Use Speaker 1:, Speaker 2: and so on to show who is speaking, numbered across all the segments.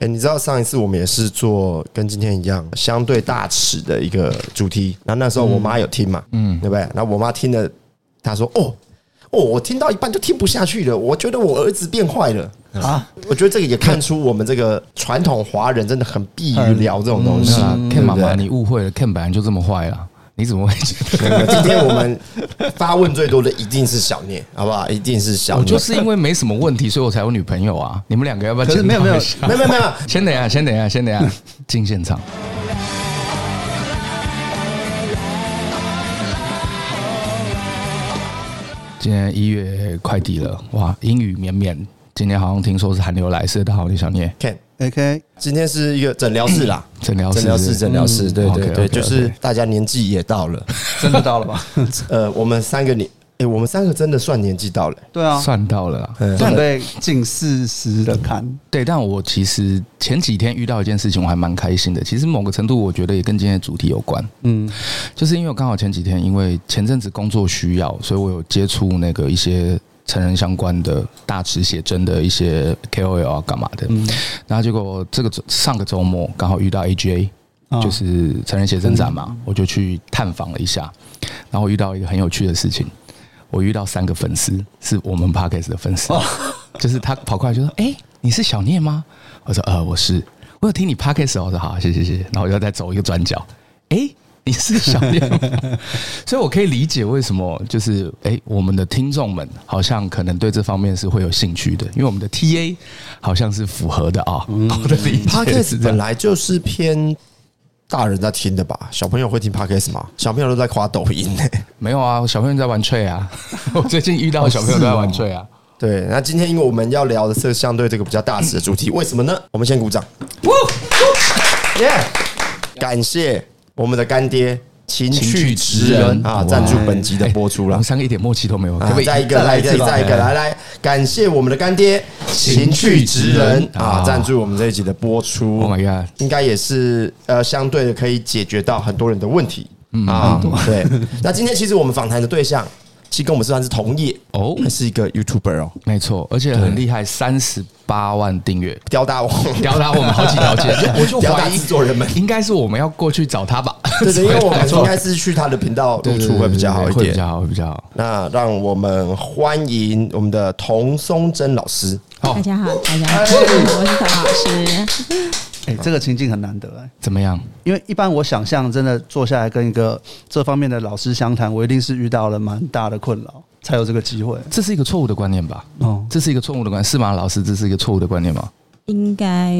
Speaker 1: 哎、你知道上一次我们也是做跟今天一样相对大尺的一个主题，然后那时候我妈有听嘛，嗯，对不对？然后我妈听了，她说：“哦，哦，我听到一半就听不下去了，我觉得我儿子变坏了。”
Speaker 2: 啊，
Speaker 1: 我觉得这个也看出我们这个传统华人真的很避于聊这种东西。
Speaker 3: 啊 Ken 嗯妈妈，你误会了，Ken 本来就这么坏啦，你怎么会觉得？
Speaker 1: 今天我们发问最多的一定是小聂，好不好？一定是小
Speaker 3: 我
Speaker 1: 聂。
Speaker 3: 就是因为没什么问题，所以我才有女朋友啊！你们两个要不要？
Speaker 2: 可是没有没有，
Speaker 3: 啊
Speaker 1: 没有没有没有，
Speaker 3: 先等一下，先等一下，先等一 下，进现场。今天一月快底了，哇，阴雨绵绵。今天好像听说是寒流来，是大好李小聂
Speaker 1: Ken，
Speaker 2: ，OK，
Speaker 1: 今天是一个诊疗室啦，
Speaker 3: 诊疗室
Speaker 1: 诊疗
Speaker 3: 是不
Speaker 1: 室，
Speaker 3: 是
Speaker 1: 诊疗室，对对
Speaker 3: OK，OK，
Speaker 1: 对，
Speaker 3: OK，
Speaker 1: 就是大家年纪也到了，
Speaker 3: 真的到了吧？
Speaker 1: 呃，我们三个年，哎，我们三个真的算年纪到了，
Speaker 2: 对啊，
Speaker 3: 算到了 啦。
Speaker 1: 嗯
Speaker 2: 准备近四十的看，
Speaker 3: 对，但我其实前几天遇到一件事情，我还蛮开心的。其实某个程度，我觉得也跟今天的主题有关。
Speaker 2: 嗯，
Speaker 3: 就是因为我刚好前几天，因为前阵子工作需要，所以我有接触那个一些成人相关的大池写真的一些 KOL 啊干嘛的。然后结果这个周上个周末刚好遇到 AGA，、
Speaker 2: 啊
Speaker 3: 就是成人写真展嘛，我就去探访了一下。然后我遇到一个很有趣的事情，我遇到三个粉丝是我们 Parkes 的粉丝，
Speaker 1: 哦
Speaker 3: 就是他跑过来就说：“哎、你是小聂吗？”我说：“呃，我是。”我有听你 Parkes，我说：“好，谢谢谢。”然后我就再走一个转角，哎、你是小聂吗， 所以我可以理解为什么就是哎、我们的听众们好像可能对这方面是会有兴趣的，因为我们的 TA 好像是符合的啊、我的理
Speaker 1: 嗯
Speaker 3: 解是
Speaker 1: Podcast
Speaker 3: 这
Speaker 1: 本
Speaker 3: 样。
Speaker 1: 来就是偏大人在听的吧，小朋友会听 Podcast 吗？小朋友都在夸抖 音呢、
Speaker 3: 没有啊，小朋友在玩脆啊， 我最近遇到的小朋友都在玩脆啊。
Speaker 1: 对，那今天因为我们要聊的是相对这个比较大尺的主题，为什么呢？我们先鼓掌，耶！感谢我们的干爹情趣之人啊，赞助本集的播出
Speaker 3: 我
Speaker 1: 了
Speaker 3: 们。三个一点默契都没有，可
Speaker 1: 啊
Speaker 3: 不可以
Speaker 1: 再一个，来一个，再一
Speaker 3: 哎
Speaker 1: 个，来来，感谢我们的干爹情趣之人啊，赞助我们这一集的播
Speaker 3: ？Oh
Speaker 1: 出，
Speaker 3: my god！
Speaker 1: 啊应该也是呃，相对的可以解决到很多人的问题
Speaker 3: 嗯
Speaker 1: 啊。对，那今天其实我们访谈的对象，其实跟我们算是同业
Speaker 3: 哦
Speaker 1: 还是一个 YouTuber 哦，
Speaker 3: 没错，而且很厉害，三十八万订阅，
Speaker 1: 刁大王，
Speaker 3: 吊打我们好几条街， 我就
Speaker 1: 刁
Speaker 3: 怀
Speaker 1: 大
Speaker 3: 疑
Speaker 1: 制作人们。
Speaker 3: 应该是我们要过去找他吧？
Speaker 1: 对对，因为我 们应该是去他的频道露出会比较好一
Speaker 3: 会比
Speaker 1: 点。
Speaker 3: 较好，会比较好。
Speaker 1: 那让我们欢迎我们的童松珍老师。
Speaker 3: 好
Speaker 4: 大，家好，大家好，我是唐老师。
Speaker 2: 哎，这个情境很难得哎。
Speaker 3: 怎么样？
Speaker 2: 因为一般我想象，真的坐下来跟一个这方面的老师相谈，我一定是遇到了蛮大的困扰，才有这个机会。
Speaker 3: 这是一个错误的观念吧？
Speaker 2: 哦，
Speaker 3: 这是一个错误的观是吗？老师，这是一个错误的观念吗？
Speaker 4: 应该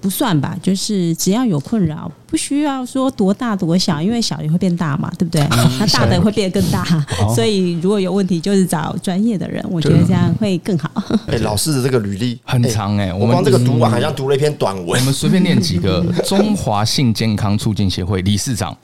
Speaker 4: 不算吧，就是只要有困扰，不需要说多大多小，因为小也会变大嘛，对不对？那大的会变更大， 所以如果有问题，就是找专业的人，我觉得这样会更好。
Speaker 1: 哎，老师的这个履历
Speaker 3: 很长哎
Speaker 1: 我
Speaker 3: 我们
Speaker 1: 光这个读完好像读了一篇短文
Speaker 3: 我。们随便念几个：中华性健康促进协会理事长，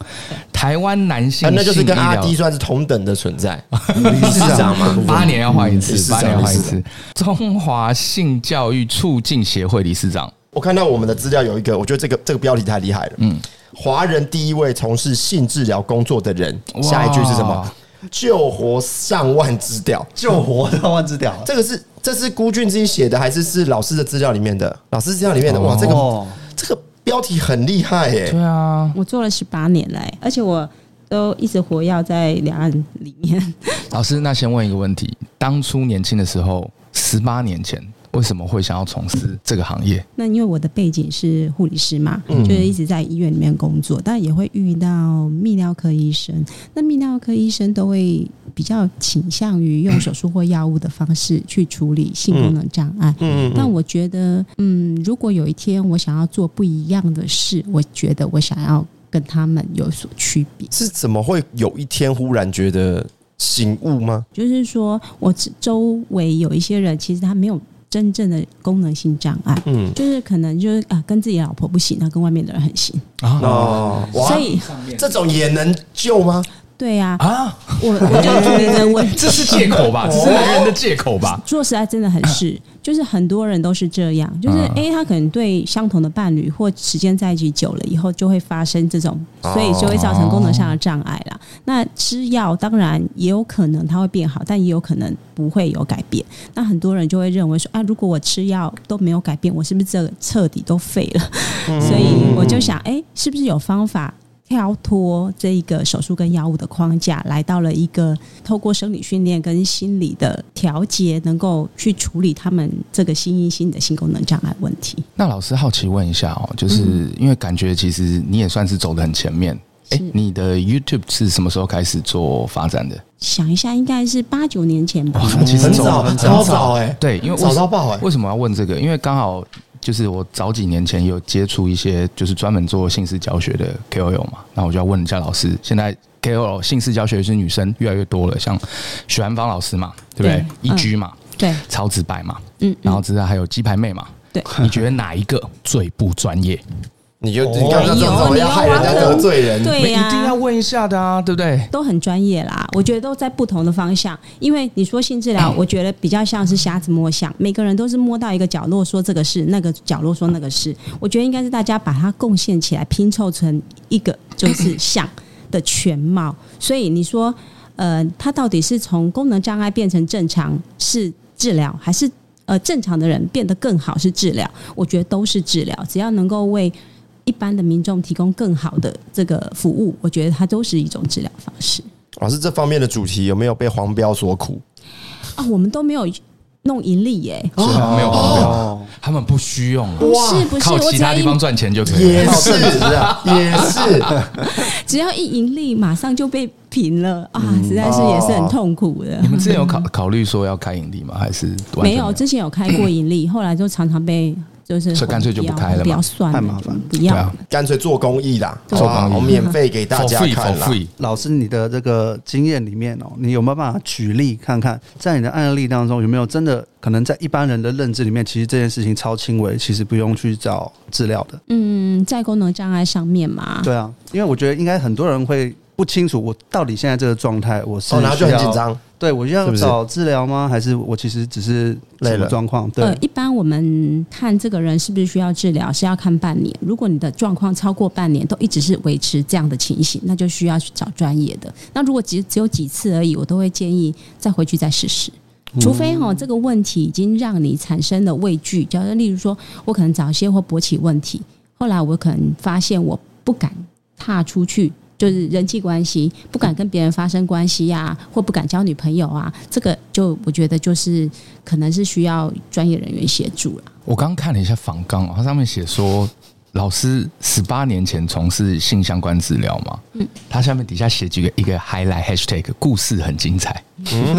Speaker 3: 台湾男 性
Speaker 1: 啊，
Speaker 3: 性
Speaker 1: 那就是跟
Speaker 3: 医
Speaker 1: 阿
Speaker 3: 疗
Speaker 1: 迪算是同等的存 在，
Speaker 3: 啊
Speaker 1: 理事长嘛，
Speaker 3: 八年要换一
Speaker 1: 理
Speaker 3: 次，
Speaker 1: 事
Speaker 3: 八
Speaker 1: 长
Speaker 3: 年要换一。
Speaker 1: 理事
Speaker 3: 次
Speaker 1: 长。
Speaker 3: 中华性教育促进协会理事长，
Speaker 1: 我看到我们的资料有一个，我觉得这个这个标题太厉害了。嗯，华人第一位从事性治疗工作的人，
Speaker 3: 哇
Speaker 1: 下一句是什么？救活上万只屌，
Speaker 2: 救活到万只屌了，
Speaker 1: 这个是这是孤俊自己写的，还是是老师的资料里面的？老师资料里面的，哇，这个
Speaker 2: 哦，
Speaker 1: 这个标题很厉害耶！
Speaker 3: 对啊，
Speaker 4: 我做了十八年来，而且我都一直活跃在两岸里面。
Speaker 3: 老师，那先问一个问题：当初年轻的时候，十八年前，为什么会想要从事这个行业？
Speaker 4: 那因为我的背景是护理师嘛，
Speaker 1: 嗯
Speaker 4: 就是一直在医院里面工作，但也会遇到泌尿科医生。那泌尿科医生都会比较倾向于用手术或药物的方式去处理性功能障碍。
Speaker 1: 嗯，
Speaker 4: 但我觉得，嗯，如果有一天我想要做不一样的事，我觉得我想要跟他们有所区别。
Speaker 1: 是怎么会有一天忽然觉得醒悟吗？
Speaker 4: 就是说我周围有一些人，其实他没有真正的功能性障碍，
Speaker 1: 嗯，
Speaker 4: 就是可能就是啊，跟自己的老婆不行，那跟外面的人很行。
Speaker 3: 啊
Speaker 1: 哦，哇
Speaker 4: 所以
Speaker 1: 这种也能救吗？
Speaker 4: 对呀、
Speaker 3: 啊，
Speaker 4: 我我就处理这个问题。
Speaker 3: 这是借口吧？这是男人的借口吧？
Speaker 4: 说实在，真的很是，就是很多人都是这样，就是
Speaker 3: 嗯
Speaker 4: A 他可能对相同的伴侣或时间在一起久了以后，就会发生这种，所以就会造成功能上的障碍啦。那吃药当然也有可能它会变好，但也有可能不会有改变。那很多人就会认为说，啊，如果我吃药都没有改变，我是不是这个彻底都废了？所以我就想，哎、是不是有方法跳脱这一个手术跟药物的框架，来到了一个透过生理训练跟心理的调节，能够去处理他们这个心因性的性功能障碍问题？
Speaker 3: 那老师好奇问一下哦，就是因为感觉其实你也算是走得很前面。哎、
Speaker 4: 是
Speaker 3: 你的 YouTube 是什么时候开始做发展的？
Speaker 4: 想一下，应该是八九年前吧。
Speaker 3: 其
Speaker 1: 很
Speaker 3: 走
Speaker 1: 早，
Speaker 3: 得
Speaker 1: 超早哎，
Speaker 3: 对，因为
Speaker 1: 早
Speaker 3: 我
Speaker 1: 到爆哎，
Speaker 3: 为什么要问这个？因为刚好就是我早几年前有接触一些就是专门做姓氏教学的 KOL 嘛，那我就要问一下老师，现在 KOL 姓氏教学是女生越来越多了，像许安芳老师嘛，对不对？一
Speaker 4: 对
Speaker 3: 居嘛，
Speaker 4: 对，
Speaker 3: 超直白嘛，
Speaker 4: 嗯，
Speaker 3: 然后之外还有鸡排妹嘛，
Speaker 4: 对，
Speaker 3: 你觉得哪一个最不专业？
Speaker 1: 你就你刚刚这种
Speaker 4: 哎呦
Speaker 1: 要害人家得罪人，
Speaker 4: 对
Speaker 3: 没
Speaker 4: 呀、
Speaker 3: 一定要问一下的啊，对不对？
Speaker 4: 都很专业啦，我觉得都在不同的方向。因为你说性治疗，我觉得比较像是瞎子摸象，每个人都是摸到一个角落说这个是，那个角落说那个是。我觉得应该是大家把它贡献起来，拼凑成一个就是像的全貌。所以你说，呃，它到底是从功能障碍变成正常是治疗，还是呃正常的人变得更好是治疗？我觉得都是治疗，只要能够为一般的民众提供更好的这个服务，我觉得它都是一种治疗方式
Speaker 1: 老师哦这方面的主题有没有被黄标所苦？
Speaker 4: 啊。我们都没有弄盈利耶、
Speaker 3: 所以他们没有黄标，
Speaker 2: 哦，
Speaker 3: 他们不需用啊，
Speaker 4: 不是哦不是，
Speaker 3: 靠
Speaker 4: 我
Speaker 3: 其
Speaker 4: 只
Speaker 3: 他
Speaker 4: 要
Speaker 3: 地
Speaker 4: 一
Speaker 3: 方赚钱就可以
Speaker 1: 也
Speaker 3: 了。
Speaker 1: 哦是，啊也是，
Speaker 4: 只要一盈利，马上就被平了啊，
Speaker 3: 嗯
Speaker 4: 实在是也是很痛苦的。
Speaker 3: 你们之前有考考虑说要开盈利吗？还是完全
Speaker 4: 没有，之前有开过盈利，后来就常常被就是
Speaker 3: 所以干脆就不开了嘛
Speaker 4: 不要算了，
Speaker 2: 太麻烦
Speaker 4: 不
Speaker 3: 对
Speaker 4: 要
Speaker 3: 啊
Speaker 4: 了。，
Speaker 1: 干脆做公益啦，
Speaker 3: 对
Speaker 1: 好吧？
Speaker 3: 做公益
Speaker 1: 我免费给大家
Speaker 3: For free,
Speaker 1: 看
Speaker 3: for
Speaker 1: 啦。
Speaker 3: free
Speaker 2: 老师，你的这个经验里面哦，你有没有办法举例看看，在你的案例当中有没有真的可能在一般人的认知里面，其实这件事情超轻微，其实不用去找治疗的。
Speaker 4: 嗯，在功能障碍上面嘛，
Speaker 2: 对啊，因为我觉得应该很多人会不清楚，我到底现在这个状态，我是
Speaker 1: 哦，然后就
Speaker 2: 需
Speaker 1: 很
Speaker 2: 要
Speaker 1: 紧，张，
Speaker 2: 对我
Speaker 1: 是
Speaker 2: 要
Speaker 1: 不是
Speaker 2: 找治疗吗？还是我其实只是
Speaker 1: 累
Speaker 2: 什么
Speaker 1: 了
Speaker 2: 状况？对
Speaker 4: 呃，，一般我们看这个人是不是需要治疗，是要看半年。如果你的状况超过半年都一直是维持这样的情形，那就需要去找专业的。那如果只只有几次而已，我都会建议再回去再试试。除非哈、这个问题已经让你产生了畏惧，假如例如说我可能早泄或勃起问题，后来我可能发现我不敢踏出去，就是人际关系不敢跟别人发生关系呀、或不敢交女朋友啊，这个就我觉得就是可能是需要专业人员协助了。
Speaker 3: 我刚看了一下访纲哦，它上面写说，老师十八年前从事性相关治疗嘛，嗯，它下面底下写几个一个 highlight hashtag，故事很精彩，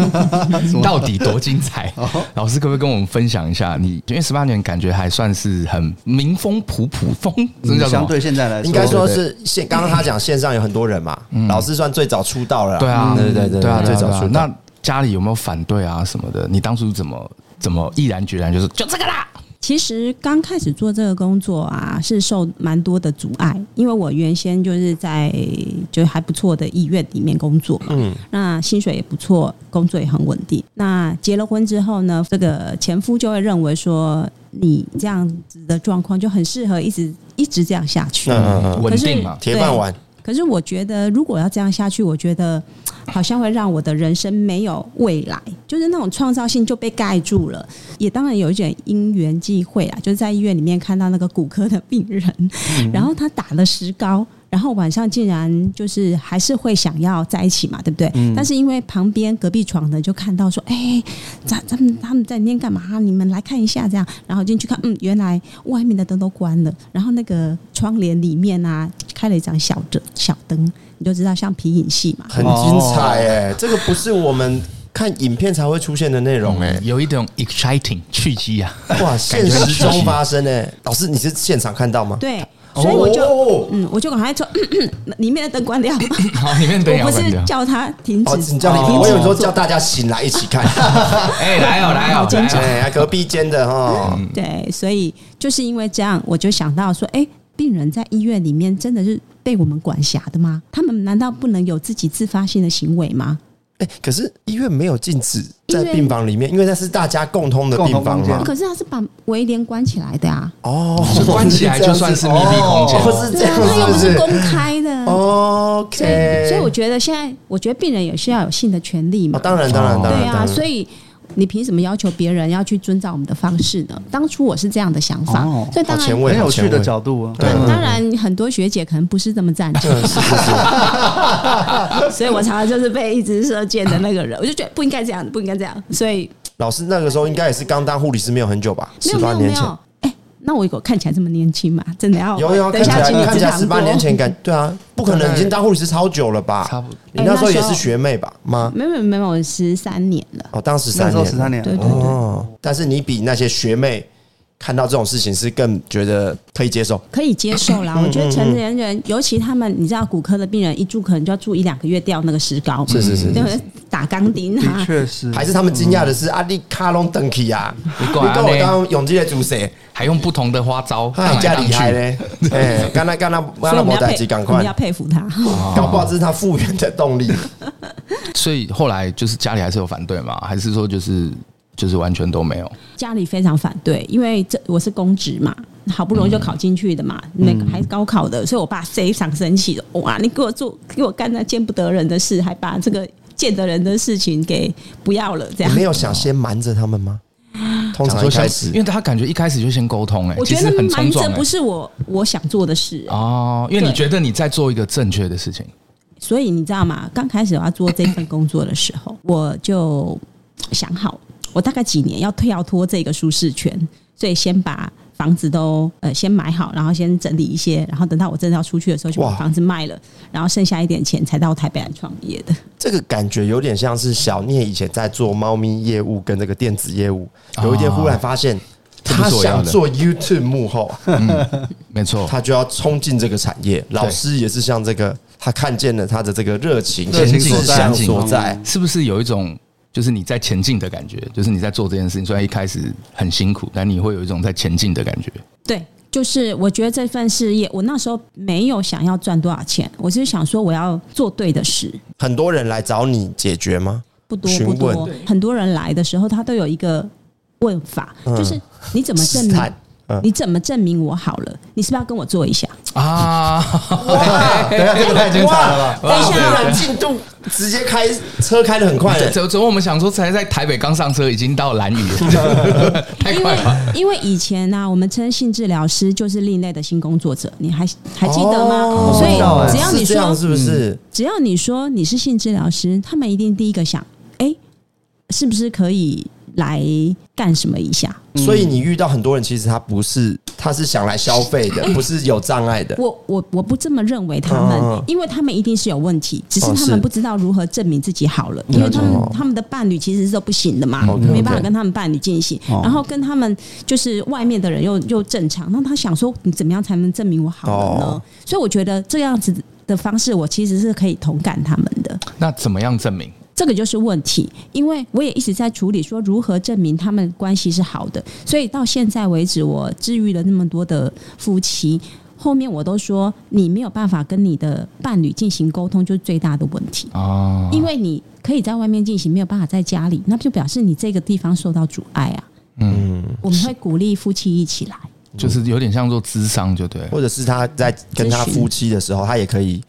Speaker 3: 到底多精彩？老师可不可以跟我们分享一下你？因为十八年感觉还算是很民风仆仆风，这叫什
Speaker 2: 相
Speaker 3: 么？
Speaker 2: 对啊现在来说，
Speaker 1: 应该说是线。刚刚他讲线上有很多人嘛，老师算最早出道了啦。
Speaker 3: 嗯对啊，
Speaker 1: 嗯对对对
Speaker 3: 对啊，
Speaker 1: 最
Speaker 3: 最
Speaker 1: 早
Speaker 3: 早
Speaker 1: 出道嗯
Speaker 3: 那。家里有没有反对啊什么的？你当初怎么怎么毅然决然就是就这个啦？
Speaker 4: 其实刚开始做这个工作啊，是受蛮多的阻碍，因为我原先就是在就还不错的医院里面工作嘛，
Speaker 1: 嗯
Speaker 4: 那薪水也不错，工作也很稳定。那结了婚之后呢，这个前夫就会认为说你这样子的状况就很适合一直一直这样下去。
Speaker 1: 嗯嗯嗯，
Speaker 3: 稳
Speaker 4: 可是
Speaker 3: 定嘛，
Speaker 1: 铁饭碗，
Speaker 4: 可是我觉得，如果要这样下去，我觉得好像会让我的人生没有未来，就是那种创造性就被盖住了。也当然有一点因缘际会啦，就是在医院里面看到那个骨科的病人，然后他打了石膏。然后晚上竟然就是还是会想要在一起嘛，对不对？但是因为旁边隔壁床的就看到说，哎、咱咱们他们在里面干嘛？你们来看一下，这样，然后进去看，嗯，原来外面的灯都关了，然后那个窗帘里面啊开了一盏小灯，小灯，你就知道像皮影戏嘛。
Speaker 1: 很精
Speaker 3: 哦
Speaker 1: 彩哎，这个不是我们看影片才会出现的内容哎，
Speaker 3: 有一种 exciting 刺激啊！
Speaker 1: 哇，现实
Speaker 3: 很刺
Speaker 1: 中
Speaker 3: 激
Speaker 1: 发生哎，老师你是现场看到吗？
Speaker 4: 对，所以我就、
Speaker 1: 哦
Speaker 4: 嗯，我就赶快说，咳咳 里面的灯关掉。
Speaker 3: 好，里面等一下
Speaker 4: 我不
Speaker 3: 啊关
Speaker 4: 是
Speaker 3: 掉。
Speaker 4: 叫他停止，
Speaker 1: 哦，你叫
Speaker 4: 停
Speaker 1: 你，我
Speaker 4: 止
Speaker 1: 有时候
Speaker 4: 做
Speaker 1: 叫大家醒来一起看，
Speaker 3: 哎，来哦，来哦，来哦。
Speaker 1: 哎，啊隔壁间 的哈，
Speaker 4: 对，所以就是因为这样，我就想到说，哎、病人在医院里面真的是被我们管辖的吗？他们难道不能有自己自发性的行为吗？
Speaker 1: 哎、可是医院没有禁止在病房里面，因为那是大家共通的
Speaker 2: 共同
Speaker 1: 病房
Speaker 2: 空间
Speaker 1: 嘛。
Speaker 4: 可是它是把围帘关起来的啊，
Speaker 1: 哦，
Speaker 3: 是关起来就算是密闭空间
Speaker 1: 哦，是这
Speaker 4: 对啊，
Speaker 1: 样，
Speaker 4: 它
Speaker 1: 是
Speaker 4: 又
Speaker 1: 不
Speaker 4: 不是
Speaker 1: 是
Speaker 4: 公开的。
Speaker 1: 哦
Speaker 4: 所
Speaker 1: ？OK，
Speaker 4: 以，所以我觉得现在，我觉得病人也是要有性的权利嘛
Speaker 1: 哦，。当然，当然，当然，
Speaker 4: 对
Speaker 1: 当
Speaker 4: 啊，
Speaker 1: 然
Speaker 4: 所以你凭什么要求别人要去遵照我们的方式呢？当初我是这样的想法，
Speaker 2: 哦
Speaker 4: 所以当
Speaker 1: 好前
Speaker 4: 然。
Speaker 1: 卫，嗯
Speaker 2: 很有
Speaker 1: 好前
Speaker 2: 趣
Speaker 1: 卫
Speaker 2: 的角度啊。
Speaker 1: 对
Speaker 4: 当当然，很多学姐可能不是这么 赞成，
Speaker 1: 嗯
Speaker 4: 所以我常常就是被一直射箭的那个人，我就觉得不应该这样，不应该这样。所以
Speaker 1: 老师那个时候应该也是刚当护理师没有很久吧，
Speaker 4: 没
Speaker 1: 十
Speaker 4: 有没
Speaker 1: 八
Speaker 4: 有没
Speaker 1: 年前。
Speaker 4: 有，哎、那我有看起来这么年轻嘛？真的要
Speaker 1: 有有，看
Speaker 4: 等一
Speaker 1: 起
Speaker 4: 下
Speaker 1: 来
Speaker 4: 请你
Speaker 1: 看
Speaker 4: 吃
Speaker 1: 起来
Speaker 4: 糖
Speaker 1: 十八
Speaker 4: 果
Speaker 1: 年前感对啊，不可能已经当护理师超久了 吧？
Speaker 3: 差不多
Speaker 1: 你那时候也
Speaker 4: 哎
Speaker 1: 是
Speaker 4: 那时候
Speaker 1: 学妹吧？妈，
Speaker 4: 没有没有没有，十三年了，
Speaker 1: 哦，当时
Speaker 2: 那
Speaker 1: 三
Speaker 2: 时候十三
Speaker 1: 年，
Speaker 2: 年，
Speaker 4: 对对对。
Speaker 1: 哦，但是你比那些学妹看到这种事情是更觉得可以接受，
Speaker 4: 可以接受
Speaker 1: 嗯
Speaker 4: 啦。我觉得成年人，尤其他们，你知道骨科的病人一住可能就要住一两个月掉那个石膏嘛，
Speaker 1: 是是是
Speaker 4: 对，打钢钉
Speaker 2: 的
Speaker 4: 啊。
Speaker 2: 确是，
Speaker 1: 还是他们惊讶的是啊，你卡隆登起啊，
Speaker 3: 你
Speaker 1: 你
Speaker 3: 讲啊
Speaker 1: 跟我
Speaker 3: 呢
Speaker 1: 当永基的主席，
Speaker 3: 还用不同的花招，
Speaker 1: 他家厉害
Speaker 3: 荡来
Speaker 1: 嘞，哎，刚才刚才刚
Speaker 4: 所以
Speaker 1: 才
Speaker 4: 我们
Speaker 1: 莫
Speaker 4: 要
Speaker 1: 代
Speaker 4: 佩
Speaker 1: 机，赶
Speaker 4: 我们要
Speaker 1: 快，
Speaker 4: 佩服他。
Speaker 1: 搞不好这是他复原的动力。
Speaker 3: 荡去。所以后来就是家里还是有反对嘛，还是说就是就是完全都没有？
Speaker 4: 家里非常反对，因为这我是公职嘛，好不容易就考进去的嘛，那个还是高考的，所以我爸非常生气的，哇，你给我做给我干那见不得人的事，还把这个见得人的事情给不要了，
Speaker 1: 你
Speaker 4: 这样
Speaker 1: 没。有想先瞒着他们吗？通
Speaker 3: 想
Speaker 1: 常一
Speaker 3: 说
Speaker 1: 开
Speaker 3: 先
Speaker 1: 始
Speaker 3: 因为他感觉一开始就先沟通、哎，
Speaker 4: 我
Speaker 3: 其
Speaker 4: 觉
Speaker 3: 实
Speaker 4: 得
Speaker 3: 很
Speaker 4: 瞒
Speaker 3: 冲
Speaker 4: 着
Speaker 3: 撞、
Speaker 4: 不
Speaker 3: 哎
Speaker 4: 是我我想做的事，
Speaker 3: 哦，因为你
Speaker 4: 对
Speaker 3: 觉得你在做一个正确的事情，
Speaker 4: 所以你知道吗？刚开始我要做这份工作的时候，我就想好，我大概几年要跳脱这个舒适圈，所以先把房子都呃先买好，然后先整理一些，然后等到我真的要出去的时候，就把
Speaker 1: 哇
Speaker 4: 房子卖了，然后剩下一点钱才到台北来创业的。
Speaker 1: 这个感觉有点像是小聂以前在做猫咪业务跟这个电子业务，
Speaker 3: 哦
Speaker 1: 有一天忽然发现
Speaker 3: 这不
Speaker 1: 他
Speaker 3: 是我要
Speaker 1: 想
Speaker 3: 的
Speaker 1: 做 YouTube 幕后，
Speaker 3: 没错，
Speaker 1: 他就要冲进这个产业。老师也是像这个，他看见了他的这个热情、
Speaker 2: 热情所
Speaker 1: 志
Speaker 2: 在
Speaker 1: 向
Speaker 3: 前景
Speaker 1: 所在。嗯
Speaker 3: 是不是有一种就是你在前进的感觉？就是你在做这件事情，虽然一开始很辛苦，但你会有一种在前进的感 觉。
Speaker 4: 对，就是我觉得这份事业，我那时候没有想要赚多少钱，我是想说我要做对的事，
Speaker 1: 很多人来找你解决吗？
Speaker 4: 不多
Speaker 1: 询
Speaker 4: 不
Speaker 1: 问
Speaker 4: 多，很多人来的时候，他都有一个问法，
Speaker 1: 嗯
Speaker 4: 就是你怎么证
Speaker 1: 试
Speaker 4: 明
Speaker 1: 探？
Speaker 4: 你怎么证明我好了？你是不是要跟我做一下？
Speaker 3: 啊，
Speaker 1: 等一下这个太精彩了吧！
Speaker 4: 哇等一下
Speaker 1: 忽然进度直接开车开的很 快了，
Speaker 3: 怎怎么我们想说才在台北刚上车，已经到蓝屿 了，太
Speaker 4: 因
Speaker 3: 快
Speaker 4: 为
Speaker 3: 了吧。
Speaker 4: 因为以前呢、我们称性治疗师就是另类的性工作者，你还还记得吗？
Speaker 1: 哦
Speaker 4: 所
Speaker 2: 哦
Speaker 4: 以只要你
Speaker 1: 是这样
Speaker 4: 说，
Speaker 1: 是不是？
Speaker 4: 只要你说你是性治疗师，他们一定第一个想，哎、是不是可以来干什么一下？
Speaker 1: 所以你遇到很多人，其实他不是，他是想来消费的，不是有障碍的。
Speaker 4: 嗯我我我不这么认为他们，
Speaker 1: 嗯嗯嗯
Speaker 4: 因为他们一定是有问题，只是
Speaker 1: 哦
Speaker 4: 他
Speaker 1: 是嗯
Speaker 4: 们不知道如何证明自己好了，因为他们他们的伴侣其实是都不行的嘛，
Speaker 1: OK，OK
Speaker 4: 没办法跟他们伴侣进行，
Speaker 2: 哦
Speaker 4: 然后跟他们就是外面的人又又正常，那他想说你怎么样才能证明我好了呢？
Speaker 1: 哦
Speaker 4: 所以我觉得这样子的方式，我其实是可以同感他们的。
Speaker 3: 那怎么样证明？
Speaker 4: 这个就是问题，因为我也一直在处理说如何证明他们关系是好的，所以到现在为止，我治愈了那么多的夫妻，后面我都说你没有办法跟你的伴侣进行沟通，就是最大的问题，
Speaker 3: 哦，
Speaker 4: 因为你可以在外面进行，没有办法在家里，那就表示你这个地方受到阻碍啊。嗯，我们会鼓励夫妻一起来，
Speaker 3: 就是有点像做智商，就对了。
Speaker 1: 或者是他在跟他夫妻的时候，他也可以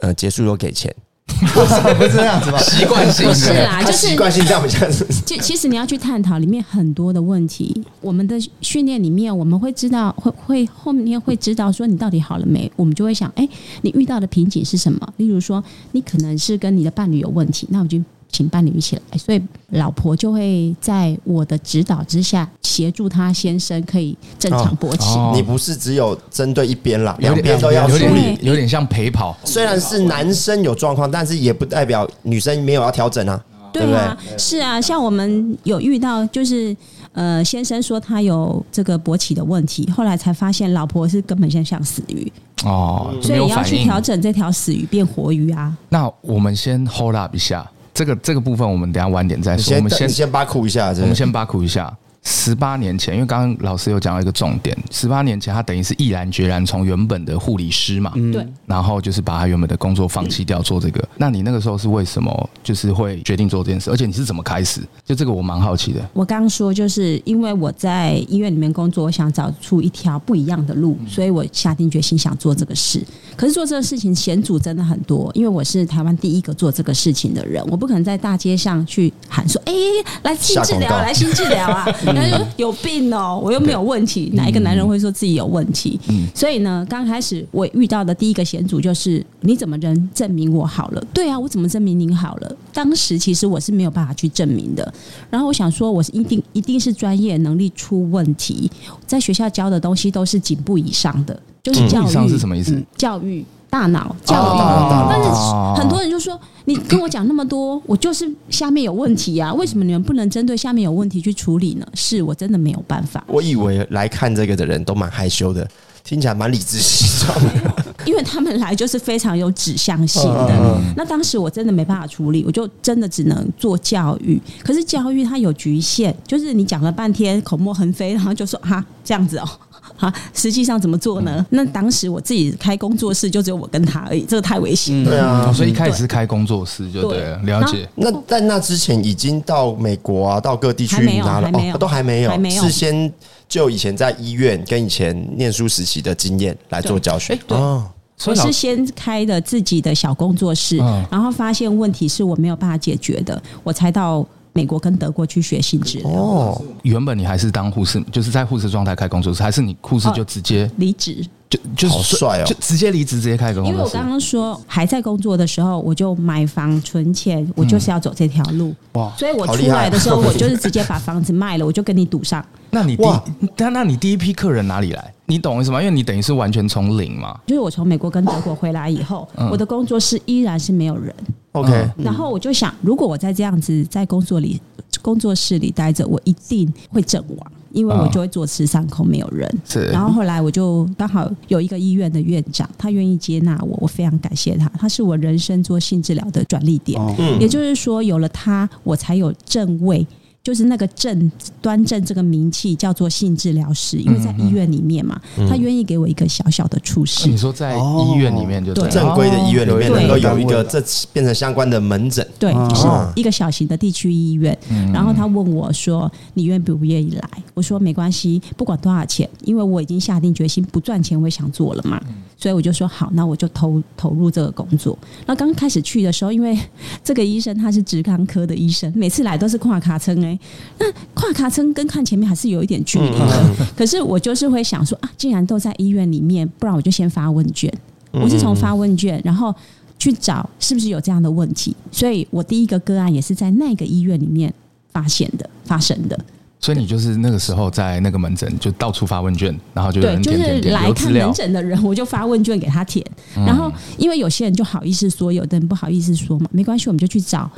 Speaker 1: 呃结束后给钱，
Speaker 2: 不是这样子吧？
Speaker 3: 习惯性
Speaker 4: 不是啊
Speaker 3: 的
Speaker 4: 啦，
Speaker 1: 他
Speaker 4: 就是
Speaker 1: 习惯性这样比较是
Speaker 4: 其其实你要去探讨里面很多的问题。我们的训练里面，我们会知道，会会后面会知道说你到底好了没。我们就会想，哎、你遇到的瓶颈是什么？例如说，你可能是跟你的伴侣有问题，那我就请伴侣一起来。所以老婆就会在我的指导之下，协助她先生可以正常勃起。
Speaker 3: 哦
Speaker 1: 你不是只有针对一边啦，
Speaker 3: 有
Speaker 1: 两
Speaker 3: 点
Speaker 1: 边都要处
Speaker 3: 有
Speaker 1: 理。
Speaker 3: 点有点像陪跑。
Speaker 1: 虽然是男生有状况，但是也不代表女生没有要调整啊。
Speaker 4: 对
Speaker 1: 对不
Speaker 4: 啊，是啊，像我们有遇到，就是呃，先生说他有这个勃起的问题，后来才发现老婆是根本像像死鱼，
Speaker 3: 哦，
Speaker 4: 嗯所
Speaker 3: 没
Speaker 4: 以
Speaker 3: 有
Speaker 4: 你要
Speaker 3: 反
Speaker 4: 去
Speaker 3: 应。
Speaker 4: 调整这条死鱼变活鱼啊！
Speaker 3: 那我们先 hold up 一下，这个这个部分我们等一下晚点再
Speaker 1: 你
Speaker 3: 说。我
Speaker 1: 先
Speaker 3: 们
Speaker 1: 你
Speaker 3: 先
Speaker 1: 先八哭一下，
Speaker 3: 我
Speaker 1: 真
Speaker 3: 们
Speaker 1: 的。
Speaker 3: 先八苦一下。十八年前，因为刚刚老师有讲到一个重点，十八年前他等于是毅然决然从原本的护理师嘛，
Speaker 4: 对，
Speaker 3: 然后就是把他原本的工作放弃掉做这个。那你那个时候是为什么就是会决定做这件事？而且你是怎么开始？就这个我蛮好奇的。
Speaker 4: 我刚说，就是因为我在医院里面工作，我想找出一条不一样的路，
Speaker 1: 嗯
Speaker 4: 所以我下定决心想做这个事。可是做这个事情险阻真的很多，因为我是台湾第一个做这个事情的人，我不可能在大街上去喊说：“哎、来新治
Speaker 1: 下
Speaker 4: 疗
Speaker 1: 广
Speaker 4: 啊，
Speaker 1: 告
Speaker 4: 来新治 疗啊！”然后就说有病哦、我又没有问题，哪一个男人会说自己有问题？
Speaker 1: 嗯
Speaker 4: 所以呢，刚开始我遇到的第一个险阻就是，你怎么能证明我好了？对啊，我怎么证明您好了？当时其实我是没有办法去证明的。然后我想说，我是一定一定是专业能力出问题，在学校教的东西都是颈部以上的，就是
Speaker 3: 颈部嗯
Speaker 4: 教育嗯
Speaker 3: 以上是什么意思啊
Speaker 4: 教育。大脑教育，
Speaker 1: 哦大脑
Speaker 4: 但
Speaker 3: 哦
Speaker 4: 是很多人就说你跟我讲那么多，我就是下面有问题啊，为什么你们不能针对下面有问题去处理呢？是我真的没有办法。
Speaker 1: 我以为来看这个的人都蛮害羞的，听起来蛮理直气壮的。
Speaker 4: 因为他们来就是非常有指向性
Speaker 3: 嗯
Speaker 4: 的。那当时我真的没办法处理，我就真的只能做教育。可是教育它有局限，就是你讲了半天口沫横飞，然后就说啊这样子哦。 啊，实际上怎么做
Speaker 1: 嗯
Speaker 4: 呢？那当时我自己开工作室，就只有我跟他而已，这个太危险了。
Speaker 1: 对啊
Speaker 3: 哦，所以一开始是开工作室就对了，
Speaker 4: 对
Speaker 3: 了解。
Speaker 1: 那在那之前已经到美国啊，到各地
Speaker 4: 还
Speaker 1: 去
Speaker 4: 没有
Speaker 1: 拿了
Speaker 4: 还没有
Speaker 1: 哦，都还没有，
Speaker 4: 还没有
Speaker 1: 是先就以前在医院跟以前念书时期的经验来做教学。
Speaker 3: 对
Speaker 1: 哦，
Speaker 3: 所
Speaker 4: 我
Speaker 3: 以老
Speaker 4: 是先开的自己的小工作室，
Speaker 3: 嗯
Speaker 4: 然后发现问题是我没有办法解决的，我才到美国跟德国去学性治疗。
Speaker 1: 哦，
Speaker 3: 原本你还是当护士，就是在护士状态开工作室，还是你护士就直接
Speaker 4: 离职，
Speaker 3: 就就
Speaker 1: 啊好帅哦
Speaker 3: 就直接离职，直接开一个工
Speaker 4: 因为
Speaker 3: 作
Speaker 4: 我
Speaker 3: 室
Speaker 4: 刚。刚说还在工作的时候，我就买房存钱，我就是要走这条路。
Speaker 2: 哇
Speaker 4: 所以我
Speaker 1: 嗯好
Speaker 4: 出
Speaker 1: 厉害啊
Speaker 4: 来的时 候，我就是直接把房子卖了，我就跟你赌上。
Speaker 3: 那你第
Speaker 1: 哇
Speaker 3: 那那你第一批客人哪里来？你懂我意思吗？因为你等于是完全从零嘛。
Speaker 4: 就是我从美国跟德国回来以后，
Speaker 3: 嗯
Speaker 4: 我的工作室依然是没有人。
Speaker 1: ，OK，
Speaker 4: 然后我就想，如果我在这样子在工作里工作室里待着，我一定会阵亡，因为我
Speaker 3: 嗯
Speaker 4: 就会坐吃山空，没有人。
Speaker 3: 是
Speaker 4: 然后后来我就刚好有一个医院的院长，他愿意接纳我，我非常感谢他，他是我人生做性治疗的转捩点。
Speaker 2: 哦
Speaker 1: 嗯
Speaker 4: 也就是说，有了它，我才有正位，就是那个正端正这个名气叫做性治疗师，因为在医院里面嘛，他愿意给我一个小小的处室
Speaker 3: 你。说在医院里面就哦
Speaker 4: 对
Speaker 1: 正规的医院里面
Speaker 4: 对
Speaker 1: 能够有一个这变成相关的门诊，
Speaker 4: 对，
Speaker 2: 哦
Speaker 4: 就是一个小型的地区医院。然后他问我说：“你愿不愿意来？”我说：“没关系，不管多少钱，因为我已经下定决心不赚钱，我也想做了嘛。”所以我就说：“好，那我就投投入这个工作。”那刚开始去的时候，因为这个医生他是直肛科的医生，每次来都是跨卡称哎、那跨卡称跟看前面还是有一点距离
Speaker 3: 嗯
Speaker 4: 的。可是我就是会想说啊，既然都在医院里面，不然我就先发问卷。
Speaker 3: 嗯
Speaker 4: 我是从发问卷，然后去找是不是有这样的问题。所以我第一个个案也是在那个医院里面发现的、发生的。
Speaker 3: 所以你就是那个时候在那个门诊就到处发问卷，然后就有
Speaker 4: 对，
Speaker 3: 人
Speaker 4: 就
Speaker 3: 点点
Speaker 4: 是
Speaker 3: 点
Speaker 4: 来
Speaker 3: 有
Speaker 4: 看
Speaker 3: 资
Speaker 4: 门
Speaker 3: 料，嗯
Speaker 4: 诊的人，我就发问卷给他填。然后因为有些人就好意思说，有的人不好意思说嘛，没关系，我们就去找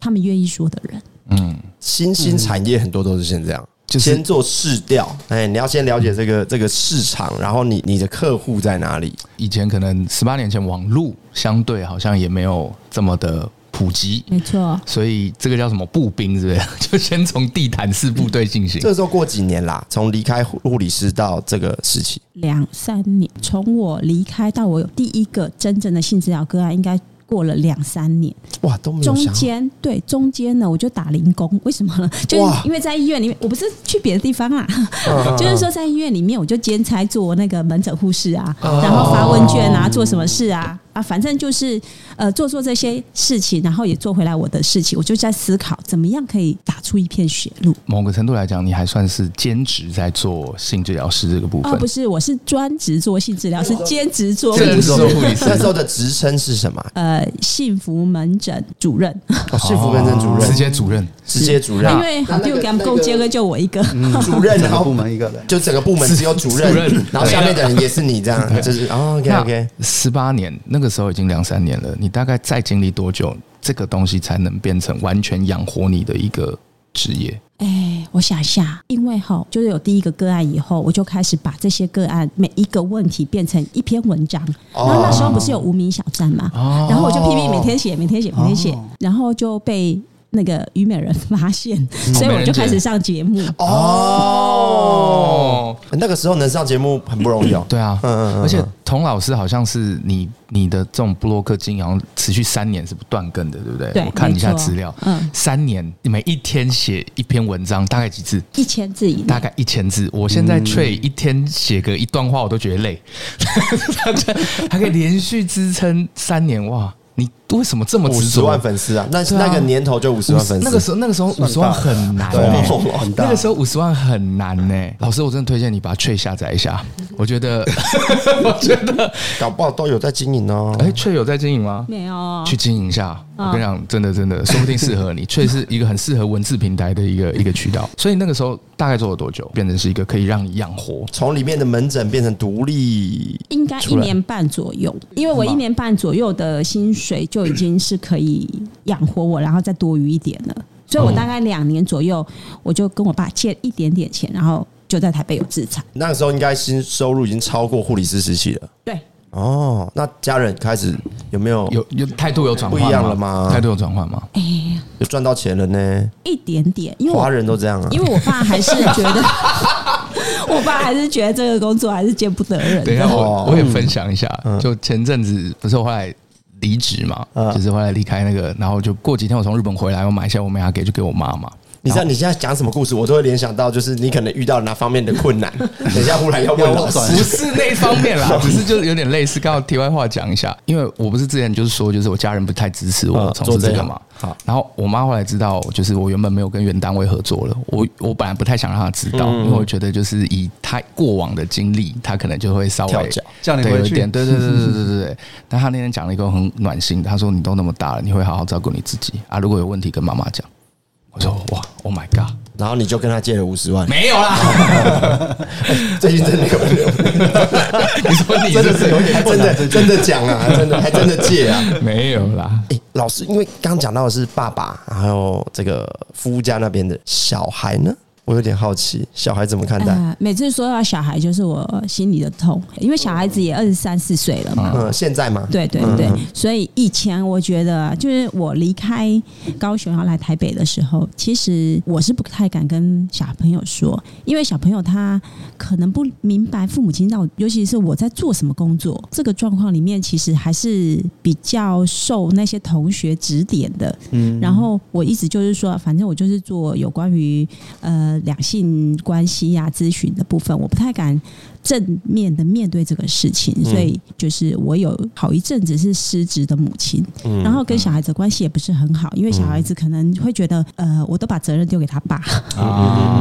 Speaker 4: 他们愿意说的人。
Speaker 3: 嗯，
Speaker 1: 新兴产业很多都是先这样，
Speaker 3: 就是
Speaker 1: 先做市调，哎，你要先了解这个这个市场，然后你你的客户在哪里，
Speaker 3: 以前可能十八年前网络相对好像也没有这么的普及，
Speaker 4: 没错，
Speaker 3: 所以这个叫什么步兵，是不是？ 就先从地毯式部队进行。
Speaker 1: 这时候过几年啦，从离开护护理师到这个时期，
Speaker 4: 两三年，从我离开到我有第一个真正的性治疗个案，应该过了两三年。
Speaker 1: 哇，都没有
Speaker 4: 中
Speaker 1: 想好
Speaker 4: 间对中间呢，我就打零工，为什么呢？就是
Speaker 1: 哇
Speaker 4: 因为在医院里面，我不是去别的地方啦，啊就是说在医院里面，我就兼差做那个门诊护士啊，然后发问卷啊，做什么事啊啊，反正就是呃做做这些事情，然后也做回来我的事情，我就在思考怎么样可以打出一片血路。
Speaker 3: 某个程度来讲，你还算是兼职在做性治疗师这个部分。
Speaker 4: 哦，不是，我是专职做性治疗，是兼职做护
Speaker 3: 这个
Speaker 4: 理
Speaker 3: 是
Speaker 4: 师。
Speaker 3: 护理
Speaker 1: 那时
Speaker 3: 师，
Speaker 1: 候的职称是什么？
Speaker 4: 呃，幸福门诊主任，
Speaker 1: 哦，幸福跟正主
Speaker 3: 直
Speaker 1: 任、
Speaker 3: 接主任。
Speaker 1: 直接主任啊
Speaker 4: 因，为好丢给他们够接个就我一个，
Speaker 1: 主任，然
Speaker 2: 整个部
Speaker 1: 后
Speaker 2: 门一个人。
Speaker 1: 就整个部门只有主任
Speaker 3: 主任，
Speaker 1: 然后下面的人也是你这样，就是哦 OK OK，
Speaker 3: 十八年那个时候已经两三年了，你大概再经历多久，这个东西才能变成完全养活你的一个职业？
Speaker 4: 哎，我想一下，因为哈，就是有第一个个案以后，我就开始把这些个案每一个问题变成一篇文章。然后那时候不是有无名小站嘛，然后我就拼命每天写，每天写，每天写，然后就被。那个虞美人发现，所以
Speaker 3: 美
Speaker 4: 我
Speaker 3: 人
Speaker 4: 就开
Speaker 3: 姐
Speaker 4: 始上节目。
Speaker 1: 哦，那个时候能上节目很不容易哦。
Speaker 3: 对啊，
Speaker 1: 嗯嗯嗯嗯
Speaker 3: 而且童老师好像是你你的这种布洛克经营，好像持续三年是不断更的，对不对？
Speaker 4: 对
Speaker 3: 我看一下
Speaker 4: 没错
Speaker 3: 资料，
Speaker 4: 嗯
Speaker 3: 三年你每一天写一篇文章，大概几字？
Speaker 4: 一千字以内，
Speaker 3: 大概一千字，我现在却一天写个一段话，我都觉得累。 他这还可以连续支撑三年，哇！你为什么这么
Speaker 1: 五
Speaker 3: 执
Speaker 1: 十
Speaker 3: 着？
Speaker 1: 万粉丝啊，那
Speaker 3: 对啊
Speaker 1: 那个年头就五十万粉丝，
Speaker 3: 那个时候，那个时候五十万很难、
Speaker 1: 对
Speaker 3: 欸，
Speaker 1: 啊很大
Speaker 3: 那个时候五十万很难呢、老师，我真的推荐你把 t r 下载一下，我 觉得，我觉得，
Speaker 1: 搞不好都有在经营哦。
Speaker 3: 哎、t r 有在经营吗？
Speaker 4: 没有哦
Speaker 3: 去经营一下，我跟你讲，真的真的，说不定适合你，确实是一个很适合文字平台的一 个一个渠道。所以那个时候大概做了多久，变成是一个可以让你养活？
Speaker 1: 从里面的门诊变成独立，
Speaker 4: 应该一年半左右，因为我
Speaker 1: 嗯
Speaker 4: 一年半左右的薪水就已经是可以养活我，然后再多余一点了。所以我大概两年左右，我就跟我爸借一点点钱，然后就在台北有自产。
Speaker 1: 那个时候应该新收入已经超过护理师时期了。
Speaker 4: 对，
Speaker 1: 哦，那家人开始有没有
Speaker 3: 有有态度有转换
Speaker 1: 不一样了吗
Speaker 3: 态度有转换吗？
Speaker 4: 哎、
Speaker 1: 有赚到钱了呢？
Speaker 4: 一点点，因为我
Speaker 1: 华人都这样啊
Speaker 4: 因。为我爸还是 觉得，我爸还是觉得这个工作还是见不得人
Speaker 3: 等一
Speaker 4: 的。
Speaker 3: 下，我
Speaker 1: 哦
Speaker 3: 我也分享一下。就前阵子不是我后来离职嘛，
Speaker 1: 嗯
Speaker 3: 就是后来离开那个，然后就过几天我从日本回来，我买一些我美牙给就给我妈嘛。
Speaker 1: 你知道你现在讲什么故事，我都会联想到，就是你可能遇到哪方面的困难。等一下忽然要问老
Speaker 3: 不
Speaker 1: 师，
Speaker 3: 是那方面 啦，只是就是有点类似。刚好题外话讲一下，因为我不是之前就是说，就是我家人不太支持我
Speaker 1: 嗯
Speaker 3: 从事这个
Speaker 1: 做
Speaker 3: 嘛
Speaker 1: 这行好。
Speaker 3: 然后我妈后来知道，就是我原本没有跟原单位合作了，我我本来不太想让她知道，因为我觉得就是以她过往的经历，她可能就会稍微
Speaker 1: 跳脚
Speaker 2: 叫你
Speaker 3: 对
Speaker 2: 回
Speaker 3: 有一
Speaker 2: 去
Speaker 3: 点对对对对对对对。但她那天讲了一个很暖心的，她说：“你都那么大了，你会好好照顾你自己啊，如果有问题跟妈妈讲。”我说：“哇，Oh my god！”
Speaker 1: 然后你就跟他借了五十万。
Speaker 3: 没有 啦，
Speaker 1: 最近真的有，
Speaker 3: 你说 你
Speaker 1: 真的是有点，
Speaker 3: 不
Speaker 1: 真的真的讲 啊，真的还真的借啊。
Speaker 3: 没有啦。
Speaker 1: 哎、老师，因为刚刚讲到的是爸爸，还有这个夫家那边的小孩呢，我有点好奇，小孩怎么看待？
Speaker 4: 呃，每次说到小孩，就是我心里的痛，因为小孩子也二十三四岁了嘛。
Speaker 1: 嗯，现在嘛，
Speaker 4: 对对对，所以以前我觉得啊，就是我离开高雄要来台北的时候，其实我是不太敢跟小朋友说，因为小朋友他可能不明白父母亲到，尤其是我在做什么工作。这个状况里面，其实还是比较受那些同学指点的。嗯，然后我一直就是说，反正我就是做有关于呃两性关系呀、咨询的部分，我不太敢正面的面对这个事情，所以就是我有好一阵子是失职的母亲，然后跟小孩子关系也不是很好，因为小孩子可能会觉得，呃，我都把责任丢给他爸。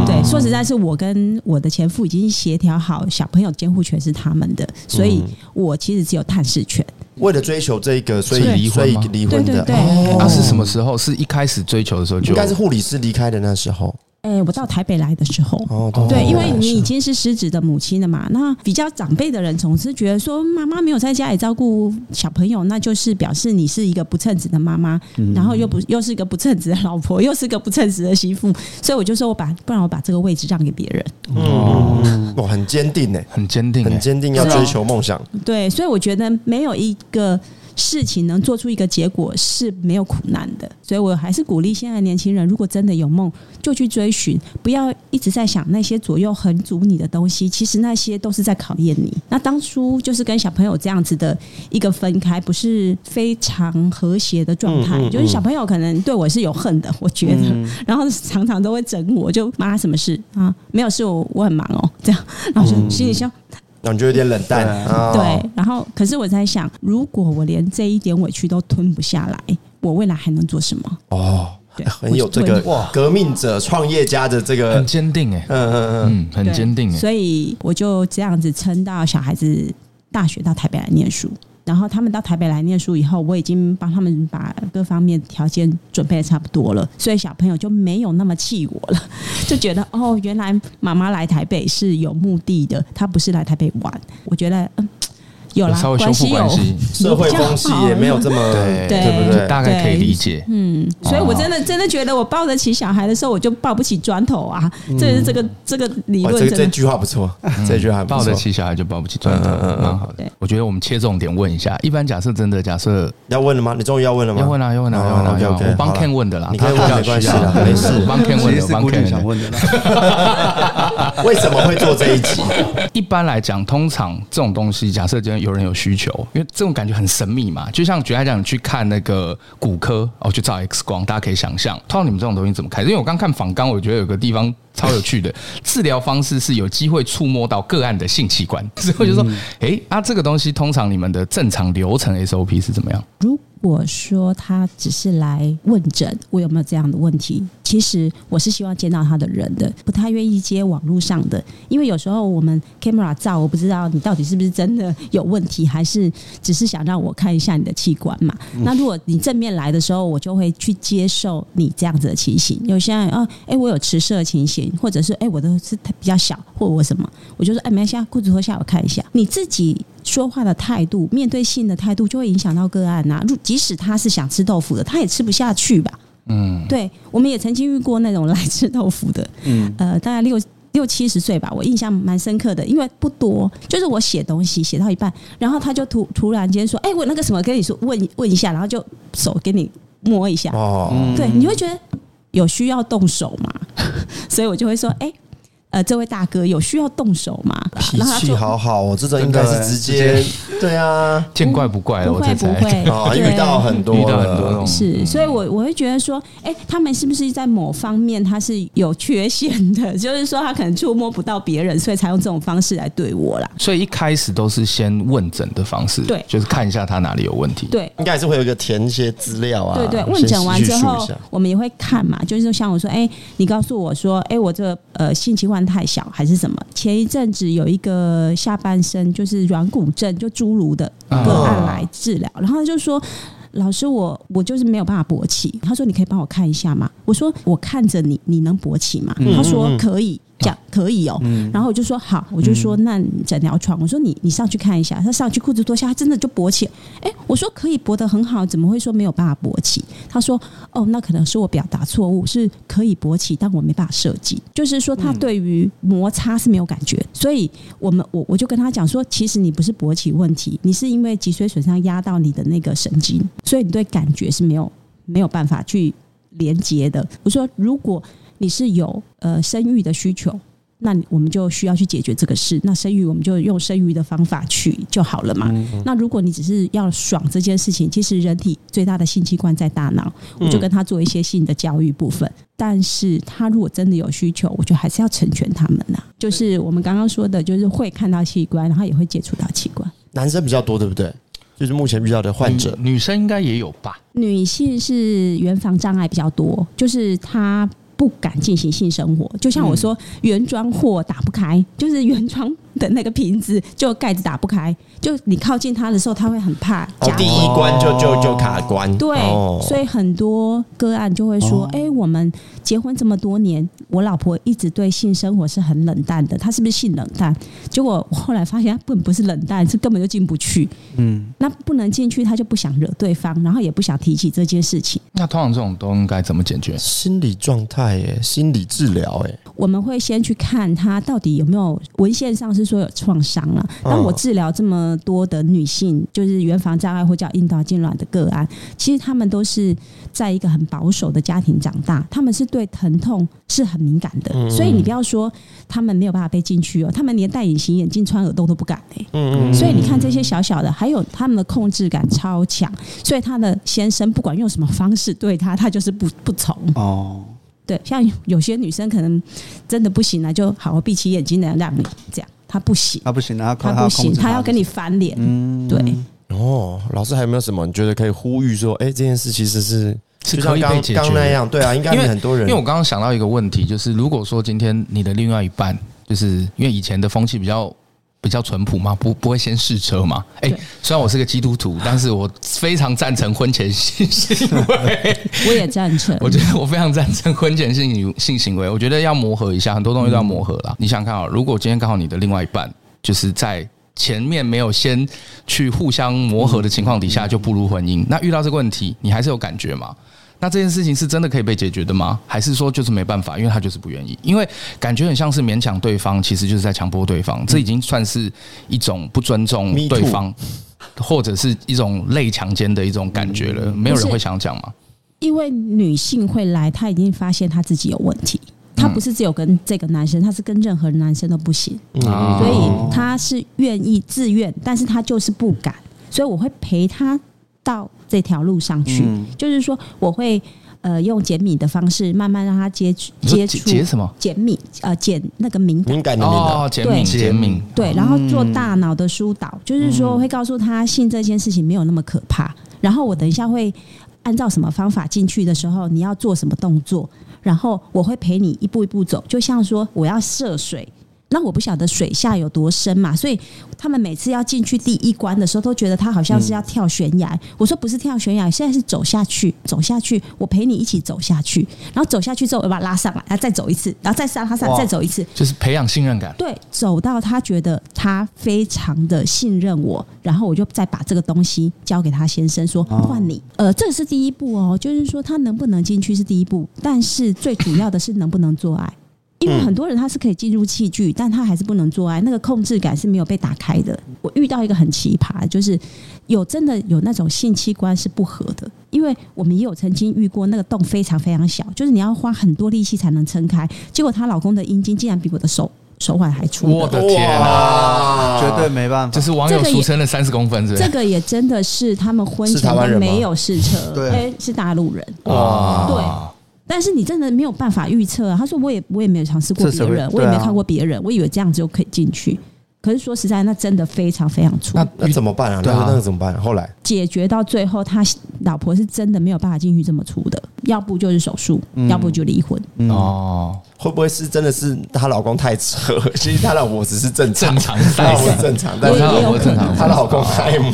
Speaker 4: 对，说实在是我跟我的前夫已经协调好，小朋友监护权是他们的，所以我其实只有探视权。
Speaker 1: 为了追求这个，所以
Speaker 3: 是离
Speaker 1: 所
Speaker 3: 婚
Speaker 1: 以
Speaker 3: 吗
Speaker 1: 离
Speaker 4: 对
Speaker 1: 婚
Speaker 4: 对
Speaker 1: 的，哦
Speaker 4: 对，
Speaker 3: 那、啊是什么时候？是一开始追求的时候就
Speaker 1: 应该是护理师离开的那时候。
Speaker 4: 哎、我到台北来的时候，
Speaker 1: 哦，
Speaker 4: 对，因为你已经是失职的母亲了嘛，那比较长辈的人总是觉得说，妈妈没有在家里照顾小朋友，那就是表示你是一个不称职的妈妈，然后又不又是一个不称职的老婆， 又是个不称职的媳妇，所以我就说我把不然我把这个位置让给别人。
Speaker 1: 嗯，哇，很坚定呢，
Speaker 3: 很坚定、欸，
Speaker 1: 很坚定
Speaker 4: 啊
Speaker 1: 要追求梦想。
Speaker 4: 对，所以我觉得没有一个事情能做出一个结果是没有苦难的，所以我还是鼓励现在的年轻人，如果真的有梦，就去追寻，不要一直在想那些左右横阻你的东西，其实那些都是在考验你。那当初就是跟小朋友这样子的一个分开，不是非常和谐的状态，
Speaker 1: 嗯嗯嗯
Speaker 4: 就是小朋友可能对我是有恨的，我觉得，然后常常都会整我，就妈什么事啊？没有事，我我很忙哦，这样，然后我
Speaker 1: 嗯
Speaker 4: 就心里想。
Speaker 1: 那你就有点冷淡
Speaker 2: 对
Speaker 1: 啊。
Speaker 4: 对，然后可是我在想，如果我连这一点委屈都吞不下来，我未来还能做什么？
Speaker 1: 哦，
Speaker 4: 对，
Speaker 1: 很有这个
Speaker 4: 我
Speaker 1: 哇，革命者、创业家的这个
Speaker 3: 很，坚定、欸，哎，
Speaker 1: 嗯嗯嗯，
Speaker 3: 嗯，很坚定、
Speaker 4: 对
Speaker 3: 欸，
Speaker 4: 所以我就这样子撑到小孩子大学到台北来念书。然后他们到台北来念书以后，我已经帮他们把各方面条件准备的差不多了，所以小朋友就没有那么气我了，就觉得哦，原来妈妈来台北是有目的的，她不是来台北玩。我觉得嗯，有
Speaker 3: 有
Speaker 4: 啦，
Speaker 3: 稍微修复关系
Speaker 4: 有
Speaker 1: 社会风气也没有这么
Speaker 3: 对
Speaker 4: 对
Speaker 1: 对不
Speaker 3: 就
Speaker 1: 对？
Speaker 3: 大概可以理解。
Speaker 4: 嗯，所以
Speaker 1: 哦
Speaker 4: 我真的真的觉得，我抱得起小孩的时候，我就抱不起砖头啊！这是这个这个理
Speaker 1: 哇，嗯
Speaker 4: 论
Speaker 1: 哦这个
Speaker 4: 真
Speaker 1: 这
Speaker 4: 的
Speaker 1: 句话不错，这句话不
Speaker 3: 嗯抱得
Speaker 1: 啊错。
Speaker 3: 起小孩就抱不起砖头，
Speaker 1: 嗯嗯嗯嗯
Speaker 3: 蛮好的
Speaker 4: 对。
Speaker 3: 我觉得我们切重点问一下，一般假设真的假设
Speaker 1: 要问了吗？你终于要问了吗？哦
Speaker 3: 要问啊要问啊要问啊，要问啊我帮 Ken 问的啦，
Speaker 1: 你可以
Speaker 3: 他
Speaker 1: 问
Speaker 3: 比较
Speaker 1: 没关系
Speaker 3: 需要
Speaker 1: 啦，没事
Speaker 3: 我。 帮 Ken 问
Speaker 2: 其
Speaker 3: 的，
Speaker 2: 实
Speaker 3: 我
Speaker 2: 是
Speaker 3: 帮
Speaker 2: 姑
Speaker 3: Ken
Speaker 2: 娘
Speaker 3: 问的
Speaker 2: 想问 的啦。
Speaker 1: 为什么会做这一 集？
Speaker 3: 一般来讲，通常这种东西，假设今天有人有需求，因为这种感觉很神秘嘛，就像举例来讲，你去看那个骨科哦，去照 X 光，大家可以想象，通常你们这种东西怎么开？因为我刚看访纲，我觉得有个地方超有趣的，治疗方式是有机会触摸到个案的性器官， 所以我就说，
Speaker 4: 嗯
Speaker 3: 诶，啊，这个东西通常你们的正常流程 SOP 是怎么样？
Speaker 4: 如果说他只是来问诊，我有没有这样的问题？其实我是希望见到他的人的，不太愿意接网络上的，因为有时候我们 camera 照，我不知道你到底是不是真的有问题，还是只是想让我看一下你的器官嘛。
Speaker 1: 嗯
Speaker 4: 那如果你正面来的时候，我就会去接受你这样子的情形。有些人哦，哎、我有迟射的情形，或者是哎、我的是比较小，或我什么，我就说哎、没关系啊，裤子脱下来我看一下。你自己说话的态度，面对性的态度，就会影响到个案呐、啊如即使他是想吃豆腐的，他也吃不下去吧？嗯，对，我们也曾经遇过那种来 吃豆腐的，嗯，呃，大概六。六七十岁吧，我印象蛮深刻的，因为不多，就是我写东西写到一半，然后他就突突然间说：“哎、我那个什么跟你说问问一下，然后就手给你摸一下，
Speaker 1: 哦，
Speaker 3: 嗯
Speaker 4: 对，你会觉得有需要动手吗？ 所以我就会说，哎、呃，这位大哥有需要动手吗？
Speaker 1: 脾
Speaker 4: 然后他
Speaker 1: 气
Speaker 4: 说
Speaker 1: 好好哦，这种应该是直接对啊，
Speaker 3: 见怪不怪了，
Speaker 4: 不
Speaker 3: 我这
Speaker 4: 会不
Speaker 3: 才
Speaker 4: 会，
Speaker 1: 哦，
Speaker 4: 对
Speaker 1: 遇到很多了
Speaker 3: 啊遇到很 多
Speaker 1: 嗯
Speaker 3: 那种
Speaker 4: 是，所以我我会觉得说，哎、他们是不是在某方面他是有缺陷的？ 就是说他可能触摸不到别人，所以才用这种方式来对我啦。
Speaker 3: 所以一开始都是先问诊的方式，
Speaker 4: 对
Speaker 3: 就是看一下他哪里有问题。
Speaker 4: 对，
Speaker 1: 应该还是会有一个填一些资料啊，
Speaker 4: 对对，
Speaker 1: 先
Speaker 4: 问诊完之
Speaker 1: 叙述一
Speaker 4: 后
Speaker 1: 下，
Speaker 4: 我们也会看嘛，就是说像我说，哎、你告诉我说，哎、我这个呃性器官太小还是什么？前一阵子有一个下半身就是软骨症，就侏儒的个案
Speaker 1: 啊
Speaker 4: 来治疗，然后他就说。老师我，我就是没有办法勃起。他说：“你可以帮我看一下吗？”我说：“我看着你，你能勃起吗？”他说：“可以，讲可以哦。然后我就说：“好。”我就说：“那你诊疗床，我说你你上去看一下。”他上去裤子脱下，他真的就勃起了哎、我说可以勃得很好，怎么会说没有办法勃起？他说，哦，那可能是我表达错误，是可以勃起，但我没办法设计。就是说，他对于摩擦是没有感觉，所以我们我我就跟他讲说，其实你不是勃起问题，你是因为脊髓损伤压到你的那个神经，所以你对感觉是没有没有办法去连接的。我说，如果你是有呃生育的需求。那你我们就需要去解决这个事。那生育，我们就用生育的方法去就好了嘛。嗯那如果你只是要爽这件事情，其实人体最大的性器官在大脑，我就跟他做一些性的教育部分。但是他如果真的有需求，我觉得还是要成全他们呐、就是我们刚刚说的，就是会看到器官，然后也会接触到器官。
Speaker 1: 男生比较多，对不对？就是目前遇到的患者，
Speaker 3: 女女生应该也有吧？
Speaker 4: 女性是原房障碍比较多，就是她不敢进行性生活。就像我说，原装货打不开，就是原装的那个瓶子，就盖子打不开，就你靠近它的时候，她会很怕
Speaker 1: 哦
Speaker 4: 夹，
Speaker 1: 第一关就就就卡关，
Speaker 4: 对，
Speaker 1: 哦
Speaker 4: 所以很多个案就会说：“哎、我们结婚这么多年，我老婆一直对性生活是很冷淡的，她是不是性冷淡？”结果我后来发现，她根本不是冷淡，是根本就进不去。嗯，那不能进去，她就不想惹对方，然后也不想提起这件事情。
Speaker 3: 那通常这种都应该怎么解决？
Speaker 1: 心理状态耶，心理治疗耶，
Speaker 4: 我们会先去看她到底有没有文献上是说有创伤了。当我治疗这么多的女性，就是原房障碍或叫阴道痉挛的个案，其实她们都是在一个很保守的家庭长大，她们是对疼痛是很敏感的，所以你不要说她们没有办法被进去哦，她们连戴隐形眼镜、穿耳洞都不敢哎、
Speaker 1: 嗯
Speaker 4: 所以你看这些小小的，还有他们的控制感超强，所以她的先生不管用什么方式对她，她就是不不从。
Speaker 2: 哦，
Speaker 4: 对，像有些女生可能真的不行了，就好，我闭起眼睛来让你这样，她不行，
Speaker 2: 他不行啊，
Speaker 4: 她
Speaker 2: 他
Speaker 4: 不行，她要跟
Speaker 2: 你
Speaker 4: 你翻脸。
Speaker 2: 嗯
Speaker 4: 对，
Speaker 1: 哦，老师还有没有什么你觉得可以呼吁说，哎、这件事其实是
Speaker 3: 是
Speaker 1: 就像
Speaker 3: 可以被
Speaker 1: 刚
Speaker 3: 解决
Speaker 1: 刚那样，对啊，应该
Speaker 3: 因为
Speaker 1: 很多人
Speaker 3: 因为我刚刚想到一个问题，就是如果说今天你的另外一半，就是因为以前的风气比较比较淳朴嘛，不不会先试车嘛。哎、
Speaker 4: 对
Speaker 3: 虽然我是个基督徒，但是我非常赞成婚前性 行为。
Speaker 4: 我也赞成。
Speaker 3: 我觉得我非常赞成婚前性行性行为，
Speaker 1: 嗯
Speaker 3: 我哦觉得要磨合一下，很多东西都要磨合啦。你想想看啊，如果今天刚好你的另外一半就是在前面没有先去互相磨合的情况底下就步入婚
Speaker 1: 嗯
Speaker 3: 姻，那遇到这个问题，你还是有感觉吗？那这件事情是真的可以被解决的吗？还是说就是没办法，因为他就是不愿意？因为感觉很像是勉强对方，其实就是在强迫对方，这已经算是一种不尊重
Speaker 1: 嗯 Me
Speaker 3: 对
Speaker 1: too
Speaker 3: 方，或者是一种类强奸的一种感觉了。
Speaker 1: 嗯
Speaker 3: 没有人会想讲嘛？
Speaker 4: 因为女性会来，她已经发现她自己有问题。她不是只有跟这个男生，她是跟任何男生都不行，
Speaker 1: 嗯
Speaker 3: 啊
Speaker 4: 所以她是愿意自愿，但是她就是不敢，所以我会陪她到这条路上去，
Speaker 3: 嗯
Speaker 4: 就是说我会呃用减敏的方式，慢慢让她接触
Speaker 3: 你说
Speaker 4: 接
Speaker 3: 解
Speaker 4: 触
Speaker 3: 解什么？
Speaker 4: 减敏呃减那个敏感。
Speaker 1: 敏感的敏感，
Speaker 3: 哦，减敏，
Speaker 4: 对
Speaker 3: 减敏，
Speaker 4: 对，然后做大脑的疏导，就是说会告诉他性这件事情没有那么可怕。然后我等一下会按照什么方法进去的时候，你要做什么动作，然后我会陪你一步一步走。就像说我要涉水，那我不晓得水下有多深嘛，所以他们每次要进去第一关的时候，都觉得他好像是要跳悬崖。我说不是跳悬崖，现在是走下去，走下去，我陪你一起走下去。然后走下去之后，我把他拉上来，然后再走一次，然后再上他上，
Speaker 2: 哇
Speaker 4: 再走一次，
Speaker 3: 就是培养信任感。
Speaker 4: 对，走到他觉得他非常的信任我，然后我就再把这个东西交给他先生说换你。呃，这是第一步哦，就是说他能不能进去是第一步，但是最主要的是能不能做爱。因为很多人他是可以进入器具，但他还是不能做爱，那个控制感是没有被打开的。我遇到一个很奇葩，就是有真的有那种性器官是不合的，因为我们也有曾经遇过那个洞非常非常小，就是你要花很多力气才能撑开，结果她老公的阴茎竟然比我的手手腕还粗。
Speaker 3: 我的天啊！
Speaker 1: 哇
Speaker 2: 绝对没办法
Speaker 3: 这。是网友俗称的三十公分，是不
Speaker 4: 这
Speaker 3: 是？
Speaker 4: 个也真的是他们婚
Speaker 1: 是台
Speaker 4: 前
Speaker 1: 湾
Speaker 4: 都
Speaker 1: 人吗
Speaker 4: 没有试车，
Speaker 2: 对
Speaker 4: 哎，是大陆人。
Speaker 1: 哇
Speaker 4: 对，但是你真的没有办法预测、啊。他说我也我也没有尝试过
Speaker 2: 这是
Speaker 4: 别人，
Speaker 2: 会
Speaker 4: 我也没
Speaker 2: 对啊
Speaker 4: 看过别人，我以为这样子就可以进去。可是说实在，那真的非常非常粗。
Speaker 1: 那怎么办啊？
Speaker 3: 对
Speaker 1: 那
Speaker 3: 啊
Speaker 1: 那个怎么办？后来
Speaker 4: 解决到最后，他老婆是真的没有办法进去这么粗的，要不就是手术，要不就离婚。
Speaker 3: 哦，
Speaker 1: 会不会是真的是她老公太扯？ 其实她老婆只是正常，
Speaker 3: 正常
Speaker 1: 她老婆正常，但
Speaker 4: 也
Speaker 1: 是
Speaker 4: 也有可能
Speaker 1: 她老公太猛，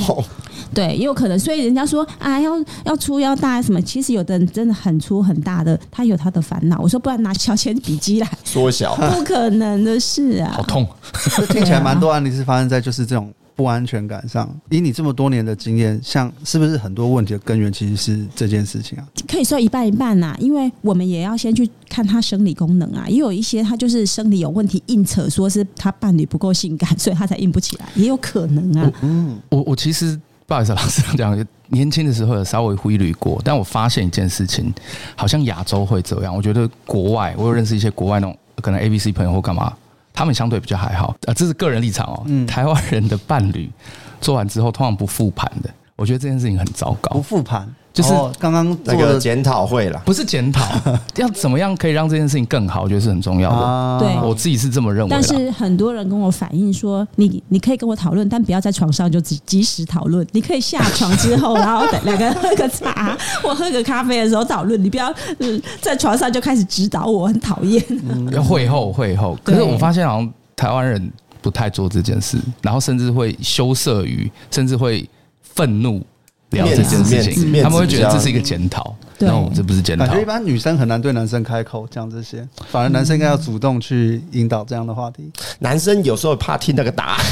Speaker 4: 对，也有可能。所以人家说啊，要要粗要大什么，其实有的人真的很粗很大的，他有他的烦恼。我说不然拿小铅笔机来，
Speaker 1: 缩小。
Speaker 3: 啊
Speaker 4: 不可能的事啊。
Speaker 3: 好痛！
Speaker 2: 这听起来蛮多案例是发生在就是这种不安全感上。以你这么多年的经验，像是不是很多问题的根源其实是这件事情啊？
Speaker 4: 可以说一半一半呐、因为我们也要先去看他生理功能啊，也有一些他就是生理有问题，硬扯说是他伴侣不够性感，所以他才硬不起来，也有可能啊。
Speaker 3: 我我其实不好意思，老师讲，年轻的时候有稍微挥捋过，但我发现一件事情，好像亚洲会这样。我觉得国外，我有认识一些国外那种可能 A B C 朋友或干嘛，他们相对比较还好。啊，这是个人立场哦。
Speaker 4: 嗯
Speaker 3: 台湾人的伴侣做完之后，通常不复盘的，我觉得这件事情很糟
Speaker 2: 不
Speaker 3: 糕，
Speaker 2: 复盘，
Speaker 3: 就是
Speaker 2: 哦刚刚
Speaker 1: 那
Speaker 2: 做
Speaker 1: 个
Speaker 2: 的
Speaker 1: 检讨会啦，
Speaker 3: 不是检讨，要怎么样可以让这件事情更好，我觉得是很重要的。
Speaker 2: 啊
Speaker 4: 对
Speaker 3: 我自己是这么认为的。
Speaker 4: 但是很多人跟我反映说，你你可以跟我讨论，但不要在床上就及及时讨论。你可以下床之后，然后等两个人 喝个茶或喝个咖啡的时候讨论，你不要、嗯、在床上就开始指导我，很讨厌。
Speaker 3: 要会后会后。可
Speaker 4: 对
Speaker 3: 是我发现好像台湾人不太做这件事，然后甚至会羞涩于，甚至会愤怒聊这件事
Speaker 1: 面子面子面
Speaker 3: 情，
Speaker 1: 子
Speaker 3: 他们会觉得
Speaker 1: 比较
Speaker 3: 这是一个检讨。
Speaker 4: 对
Speaker 3: No，这不是检讨
Speaker 2: 感。觉一般女生很难对男生开口讲这些，反而男生应该要主动去引导这样的话 题，
Speaker 1: 男生有时候怕听那个答案，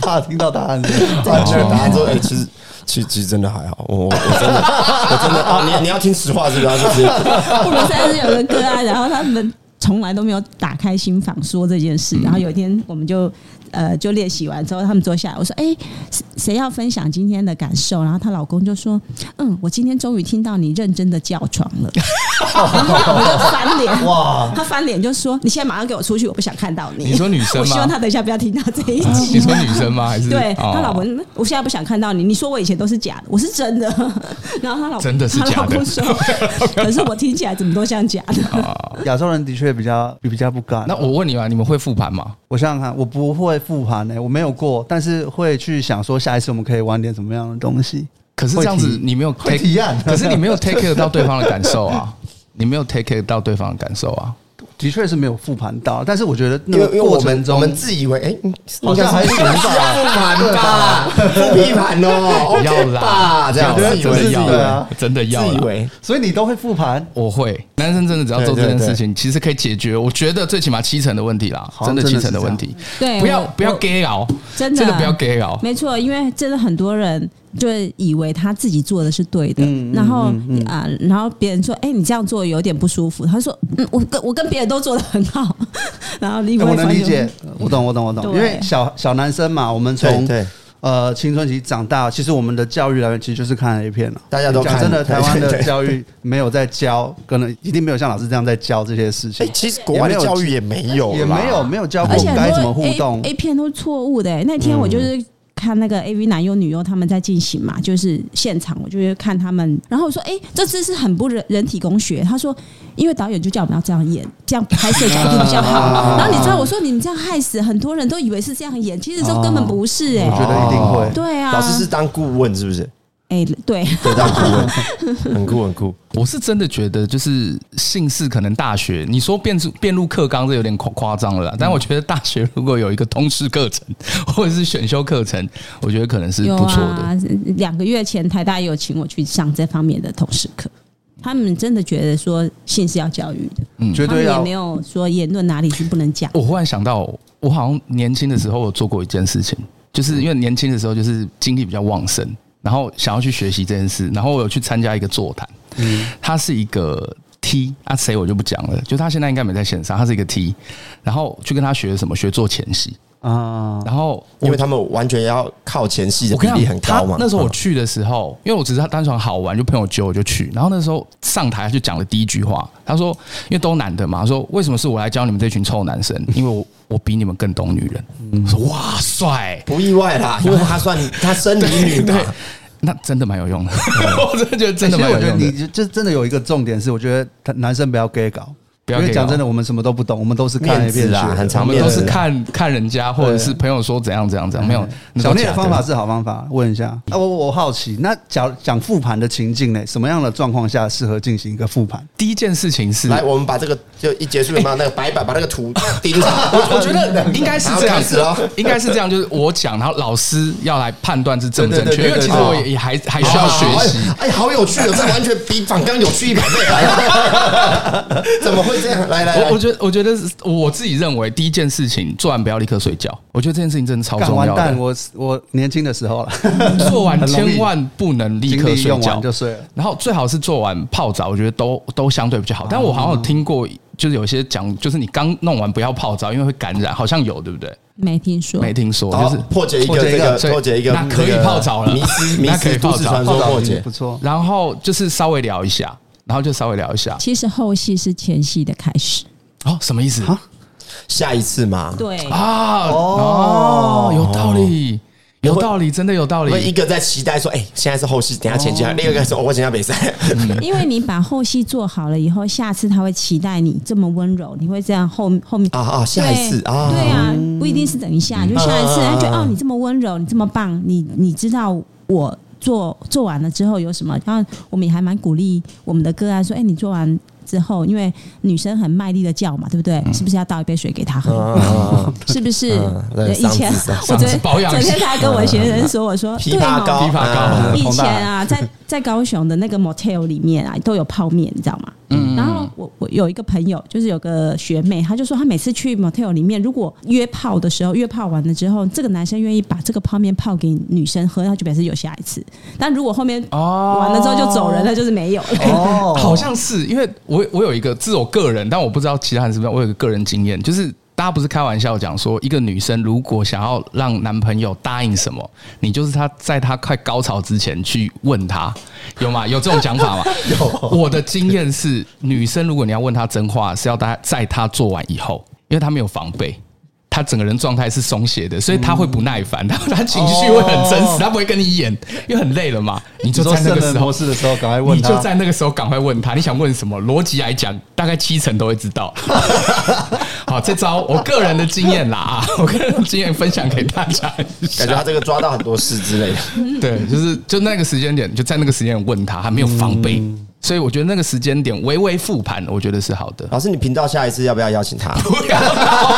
Speaker 2: 怕听到答案。
Speaker 1: 怕听那个答案之后，哎，其实其实其实真的还好，我我我真的 我真的啊，你你要听实话是不是？就直接
Speaker 4: 我们三是有个个案，然后他们从来都没有打开心房说这件
Speaker 3: 嗯
Speaker 4: 事。然后有一天，我们就呃就练习完之后，他们坐下来，我说：“哎、谁谁要分享今天的感受？”然后她老公就说：“嗯，我今天终于听到你认真的叫床 了。”然后我就翻脸，哇！他翻脸就说：“你现在马上给我出去，我不想看到你。”
Speaker 3: 你说女生吗啊
Speaker 4: 我希望他等一下不要听到这一集。
Speaker 3: 你说女生吗？还是
Speaker 4: 对
Speaker 3: 哦
Speaker 4: 他老婆，我现在不想看到你。你说我以前都是假的，我是真的。 然后他老
Speaker 3: 真的是
Speaker 4: 她
Speaker 3: 假的哦
Speaker 4: 老 公说，可是我听起来怎么都像假的。
Speaker 2: 哦亚洲人的确比较比较不敢。
Speaker 3: 那我问你啊，你们会复盘吗？
Speaker 2: 我想想看，我不会复盘呢，我没有过，但是会去想说下一次我们可以玩点什么样的东西。
Speaker 3: 可是这样
Speaker 2: 会
Speaker 3: 子
Speaker 2: 提
Speaker 3: 你没有
Speaker 2: 会
Speaker 3: take，
Speaker 2: 提案
Speaker 3: 可是你没有 take care 到对方的感受啊，你没有 take care 到对方的感受啊。
Speaker 2: 的确是没有复盘到，但是我觉得那
Speaker 1: 因为因为嗯
Speaker 2: 个过
Speaker 1: 我
Speaker 2: 程
Speaker 1: 们
Speaker 2: 中，
Speaker 1: 我们自己以为哎，
Speaker 2: 好像还行吧
Speaker 1: 吧，不难吧？复辟盘 哦
Speaker 3: 要
Speaker 1: ，OK 吧？
Speaker 3: 啦，
Speaker 1: 这样
Speaker 3: 要啦
Speaker 1: 自以
Speaker 3: 真的
Speaker 1: 为自
Speaker 3: 要
Speaker 1: 以为
Speaker 3: 啦
Speaker 1: 啊，
Speaker 3: 真的要
Speaker 1: 自以
Speaker 3: 啦。
Speaker 1: 为
Speaker 2: 所以你都会复盘，
Speaker 3: 我会，男生真的只要做这件事情，其实可以解决，我觉得最起码七成的问题啦，
Speaker 2: 好
Speaker 3: 真的
Speaker 2: 真的
Speaker 3: 七
Speaker 2: 是
Speaker 3: 成的
Speaker 2: 这样
Speaker 3: 问题，
Speaker 4: 对，
Speaker 3: 不要
Speaker 4: 我
Speaker 3: 不要
Speaker 4: 我
Speaker 3: gay 佬，
Speaker 4: 真的
Speaker 3: 真的不要哦 gay 佬，
Speaker 4: 没错，因为真的很多人就以为他自己做的是对的，
Speaker 2: 嗯嗯
Speaker 4: 然后啊、
Speaker 2: 嗯嗯
Speaker 4: 然后别人说：“哎、你这样做有点不舒服。”他说：“嗯，我跟我跟别人都做的很好。” 然后另外
Speaker 2: 我
Speaker 4: 一方
Speaker 2: 能理
Speaker 4: 就
Speaker 2: 解，我懂，我懂，我懂。
Speaker 4: 对
Speaker 2: 因为小小男生嘛，我们
Speaker 1: 对
Speaker 2: 从
Speaker 1: 对，
Speaker 2: 呃青春期长大，其实我们的教育来源其实就是看 A 片了。
Speaker 1: 大家都
Speaker 2: 讲
Speaker 1: 看
Speaker 2: 真的，
Speaker 1: 对
Speaker 2: 台湾
Speaker 1: 对
Speaker 2: 的
Speaker 1: 对
Speaker 2: 教育没有在教，可能一定没有像老师这样在教这些事
Speaker 1: 哎，
Speaker 2: 情，
Speaker 1: 其实国外的教育也没有啦，
Speaker 2: 也没有没有教过
Speaker 4: 而且
Speaker 2: 该怎么
Speaker 4: 很多
Speaker 2: 互
Speaker 4: A
Speaker 2: 动
Speaker 4: A 片都是错误的、欸那天我就是看那个 A V 男优女优他们在进行嘛，就是现场我就是看他们，然后我说：“哎、这次是很不人人体工学。”他说：“因为导演就叫我们要这样演，这样拍摄才会比较好。”然后你知道我说：“你们这样害死很多人都以为是这样演，其实这根本不是哎、
Speaker 2: 哦我
Speaker 1: 哦
Speaker 2: 觉得一定会。
Speaker 4: 对啊，
Speaker 1: 老师是当顾问是不是？
Speaker 4: 哎、对，
Speaker 1: 对，当顾 问，很酷很酷。
Speaker 3: 我是真的觉得，就是姓氏可能大学，你说变出变入课纲这有点夸夸张
Speaker 2: 嗯
Speaker 3: 了啦。但我觉得大学如果有一个通识课程或者是选修课程，我觉得可能是
Speaker 4: 有
Speaker 3: 不错的。
Speaker 4: 啊，两个月前台大也有请我去上这方面的通识课。他们真的觉得说性是要教育的，
Speaker 1: 嗯
Speaker 2: 绝
Speaker 4: 他们
Speaker 2: 对啊
Speaker 4: 也
Speaker 2: 要
Speaker 4: 没有说言论哪里是不能讲。
Speaker 3: 我忽然想到，我好像年轻的时候我做过一件事情，就是因为年轻的时候就是精力比较旺盛，然后想要去学习这件事，然后我有去参加一个座谈，他是一个 T 啊，谁我就不讲了，就他现在应该没在线上，他是一个 T，然后去跟他学什么，学做前戏，
Speaker 2: 啊，
Speaker 3: 然后我
Speaker 1: 因为他们完全要靠前戏的
Speaker 3: 我
Speaker 1: 比
Speaker 3: 跟你
Speaker 1: 例
Speaker 3: 讲
Speaker 1: 很高嘛嗯
Speaker 3: 他。那时候我去的时候，因为我只是单纯好玩，就朋友揪我就去。然后那时候上台就讲了第一句话，他说：“因为都男的嘛，他说为什么是我来教你们这群臭男生？因为我我比你们更懂女人。”我说：“哇， 帅！”
Speaker 1: 不意外啦，因为他算他生理女嘛
Speaker 3: 对，那真的蛮有用的，我真的觉得真的
Speaker 2: 其实
Speaker 3: 蛮
Speaker 2: 我
Speaker 3: 有
Speaker 2: 觉得
Speaker 3: 用
Speaker 2: 你
Speaker 3: 的。
Speaker 2: 就就真的有一个重点是，我觉得男生不要 gay 搞，
Speaker 3: 不要
Speaker 2: 因为
Speaker 3: gay
Speaker 2: 讲
Speaker 3: 搞
Speaker 2: 真的，我们什么都不懂，我们都是看
Speaker 1: 面
Speaker 2: A
Speaker 1: 子
Speaker 2: 片
Speaker 1: 啦
Speaker 2: 学的
Speaker 1: 很常
Speaker 3: 我们
Speaker 1: 面
Speaker 3: 都
Speaker 1: 子
Speaker 3: 是看看人家，或者是朋友说怎样怎样怎样，没有那
Speaker 2: 嗯小
Speaker 3: 都
Speaker 2: 聂
Speaker 3: 假
Speaker 2: 的
Speaker 3: 的嗯
Speaker 2: 方法是好方法，问一下。啊，我我好奇，那讲讲复盘的情境呢？什么样的状况下适合进行一个复盘？
Speaker 3: 第一件事情是，
Speaker 1: 来，我们把这个就一结束有没有那个白板把那个图 钉上？
Speaker 3: 我我觉得应该是这
Speaker 1: 然后
Speaker 3: 样
Speaker 1: 开始
Speaker 3: 子
Speaker 1: 哦，
Speaker 3: 应该是这样，就是我讲，然后老师要来判断是正不正
Speaker 2: 对对
Speaker 3: 确，
Speaker 2: 对对
Speaker 3: 因为其实
Speaker 2: 对
Speaker 3: 我也也还还需要学习。
Speaker 1: 哎。哎，好有趣哦，这完全比反刚有趣一 百倍。来怎么会这样？来来，来
Speaker 3: 我我觉得，我觉得是我自己认为，第一件事情做完不要立刻睡觉。我觉得这件事情真的超
Speaker 2: 干
Speaker 3: 重
Speaker 2: 完
Speaker 3: 要
Speaker 2: 蛋，
Speaker 3: 的。
Speaker 2: 我我年轻的时候了，
Speaker 3: 做完
Speaker 2: 很容易
Speaker 3: 千万不能 立
Speaker 2: 精
Speaker 3: 刻
Speaker 2: 力
Speaker 3: 睡
Speaker 2: 用
Speaker 3: 觉
Speaker 2: 完，就睡了。
Speaker 3: 然后最好是做完泡澡，我觉得都都相对比较好。但我好像有听过，就是有些讲，就是你刚弄完不要泡澡，因为会感染，好像有对不对？
Speaker 4: 没听说，
Speaker 3: 没听说，
Speaker 1: 好
Speaker 3: 就是
Speaker 1: 破解一
Speaker 2: 破
Speaker 1: 个
Speaker 2: 解一
Speaker 1: 这
Speaker 2: 个
Speaker 1: 个，
Speaker 3: 所以
Speaker 1: 破解一个
Speaker 3: 那可以
Speaker 1: 这个
Speaker 3: 泡澡了
Speaker 1: 迷思迷
Speaker 3: 那可以
Speaker 1: 思都
Speaker 3: 泡
Speaker 1: 市
Speaker 3: 澡
Speaker 1: 传
Speaker 2: 泡
Speaker 1: 说
Speaker 2: 澡
Speaker 1: 破
Speaker 2: 已经
Speaker 1: 解
Speaker 2: 不。错，
Speaker 3: 然后就是稍微聊一下，然后就稍微聊一下。
Speaker 4: 其实后戏是前戏的开始。
Speaker 3: 哦，什么意思？
Speaker 2: 啊
Speaker 1: 下一次嘛，
Speaker 4: 对，
Speaker 3: 啊哦，有道理，有道理，真的有道
Speaker 1: 因为一
Speaker 3: 理。
Speaker 1: 个在期待说，哎，现在是后戏，等一下前期，另一个说，哦我今天比赛，
Speaker 3: 嗯
Speaker 4: 因为你把后戏做好了以后，下次他会期待你这么温柔，你会这样后后面
Speaker 1: 啊啊下一次
Speaker 4: 对
Speaker 1: 啊
Speaker 4: 对啊，不一定是等一下，就下一次，
Speaker 1: 啊
Speaker 4: 他觉得哦，你这么温柔，你这么棒，你你知道我。做做完了之后有什么？然后我们也还蛮鼓励我们的个案说：“哎、你做完之后，因为女生很卖力的叫嘛，对不对？是不是要倒一杯水给她喝？ 是不是？
Speaker 1: 嗯对
Speaker 4: 对以
Speaker 1: 嗓子
Speaker 4: 前
Speaker 1: 嗓
Speaker 4: 我昨天
Speaker 3: 嗓子 保养
Speaker 4: 昨天才跟我学生说，我说
Speaker 1: 嗯枇
Speaker 4: 对
Speaker 1: 杷
Speaker 4: 哦
Speaker 1: 膏，
Speaker 3: 枇杷膏
Speaker 1: 嗯
Speaker 4: 以
Speaker 2: 宏大
Speaker 4: 前啊，在在高雄的那个 motel 里面啊，都有泡面，你知道吗？然后我我有一个朋友，就是有个学妹，她就说她每次去 motel 里面，如果约炮的时候，约炮完了之后，这个男生愿意把这个泡面泡给女生喝，那就表示有下一次。但如果后面
Speaker 3: 哦
Speaker 4: 完了之后就走人，那就是没有了。
Speaker 2: 哦
Speaker 3: 好像是因为我我有一个，自我个人，但我不知道其他人是不是。我有一个个人经验，就是大家不是开玩笑讲说，一个女生如果想要让男朋友答应什么，你就是她在她快高潮之前去问他，有吗？有这种讲法吗？ 有。我的经验是，女生如果你要问她真话，是要她在她做完以后，因为她没有防备。她整个人状态是松懈的，所以她会不耐烦，她她情绪会很真
Speaker 2: 哦
Speaker 3: 实，她不会跟你演，因为很累了嘛。你就
Speaker 2: 你说
Speaker 3: 在那
Speaker 2: 圣
Speaker 3: 个
Speaker 2: 人
Speaker 3: 时候
Speaker 2: 模，式的时候，赶快问
Speaker 3: 你
Speaker 2: 他。
Speaker 3: 就在那个时候赶快问他，你想问什么？逻辑来讲，大概七成都会知 道。好，这招我个人的经验啦啊，我个人的经验分享给大家一下
Speaker 1: 感觉他这个抓 到很多事之类的。
Speaker 3: 对，就是就那个时间点，就在那个时间点问他，他没有防备，所以我觉得那个时间点微微复盘，我觉得是好的。
Speaker 1: 老师，你频道下一次要不要邀请他？
Speaker 3: 不要闹，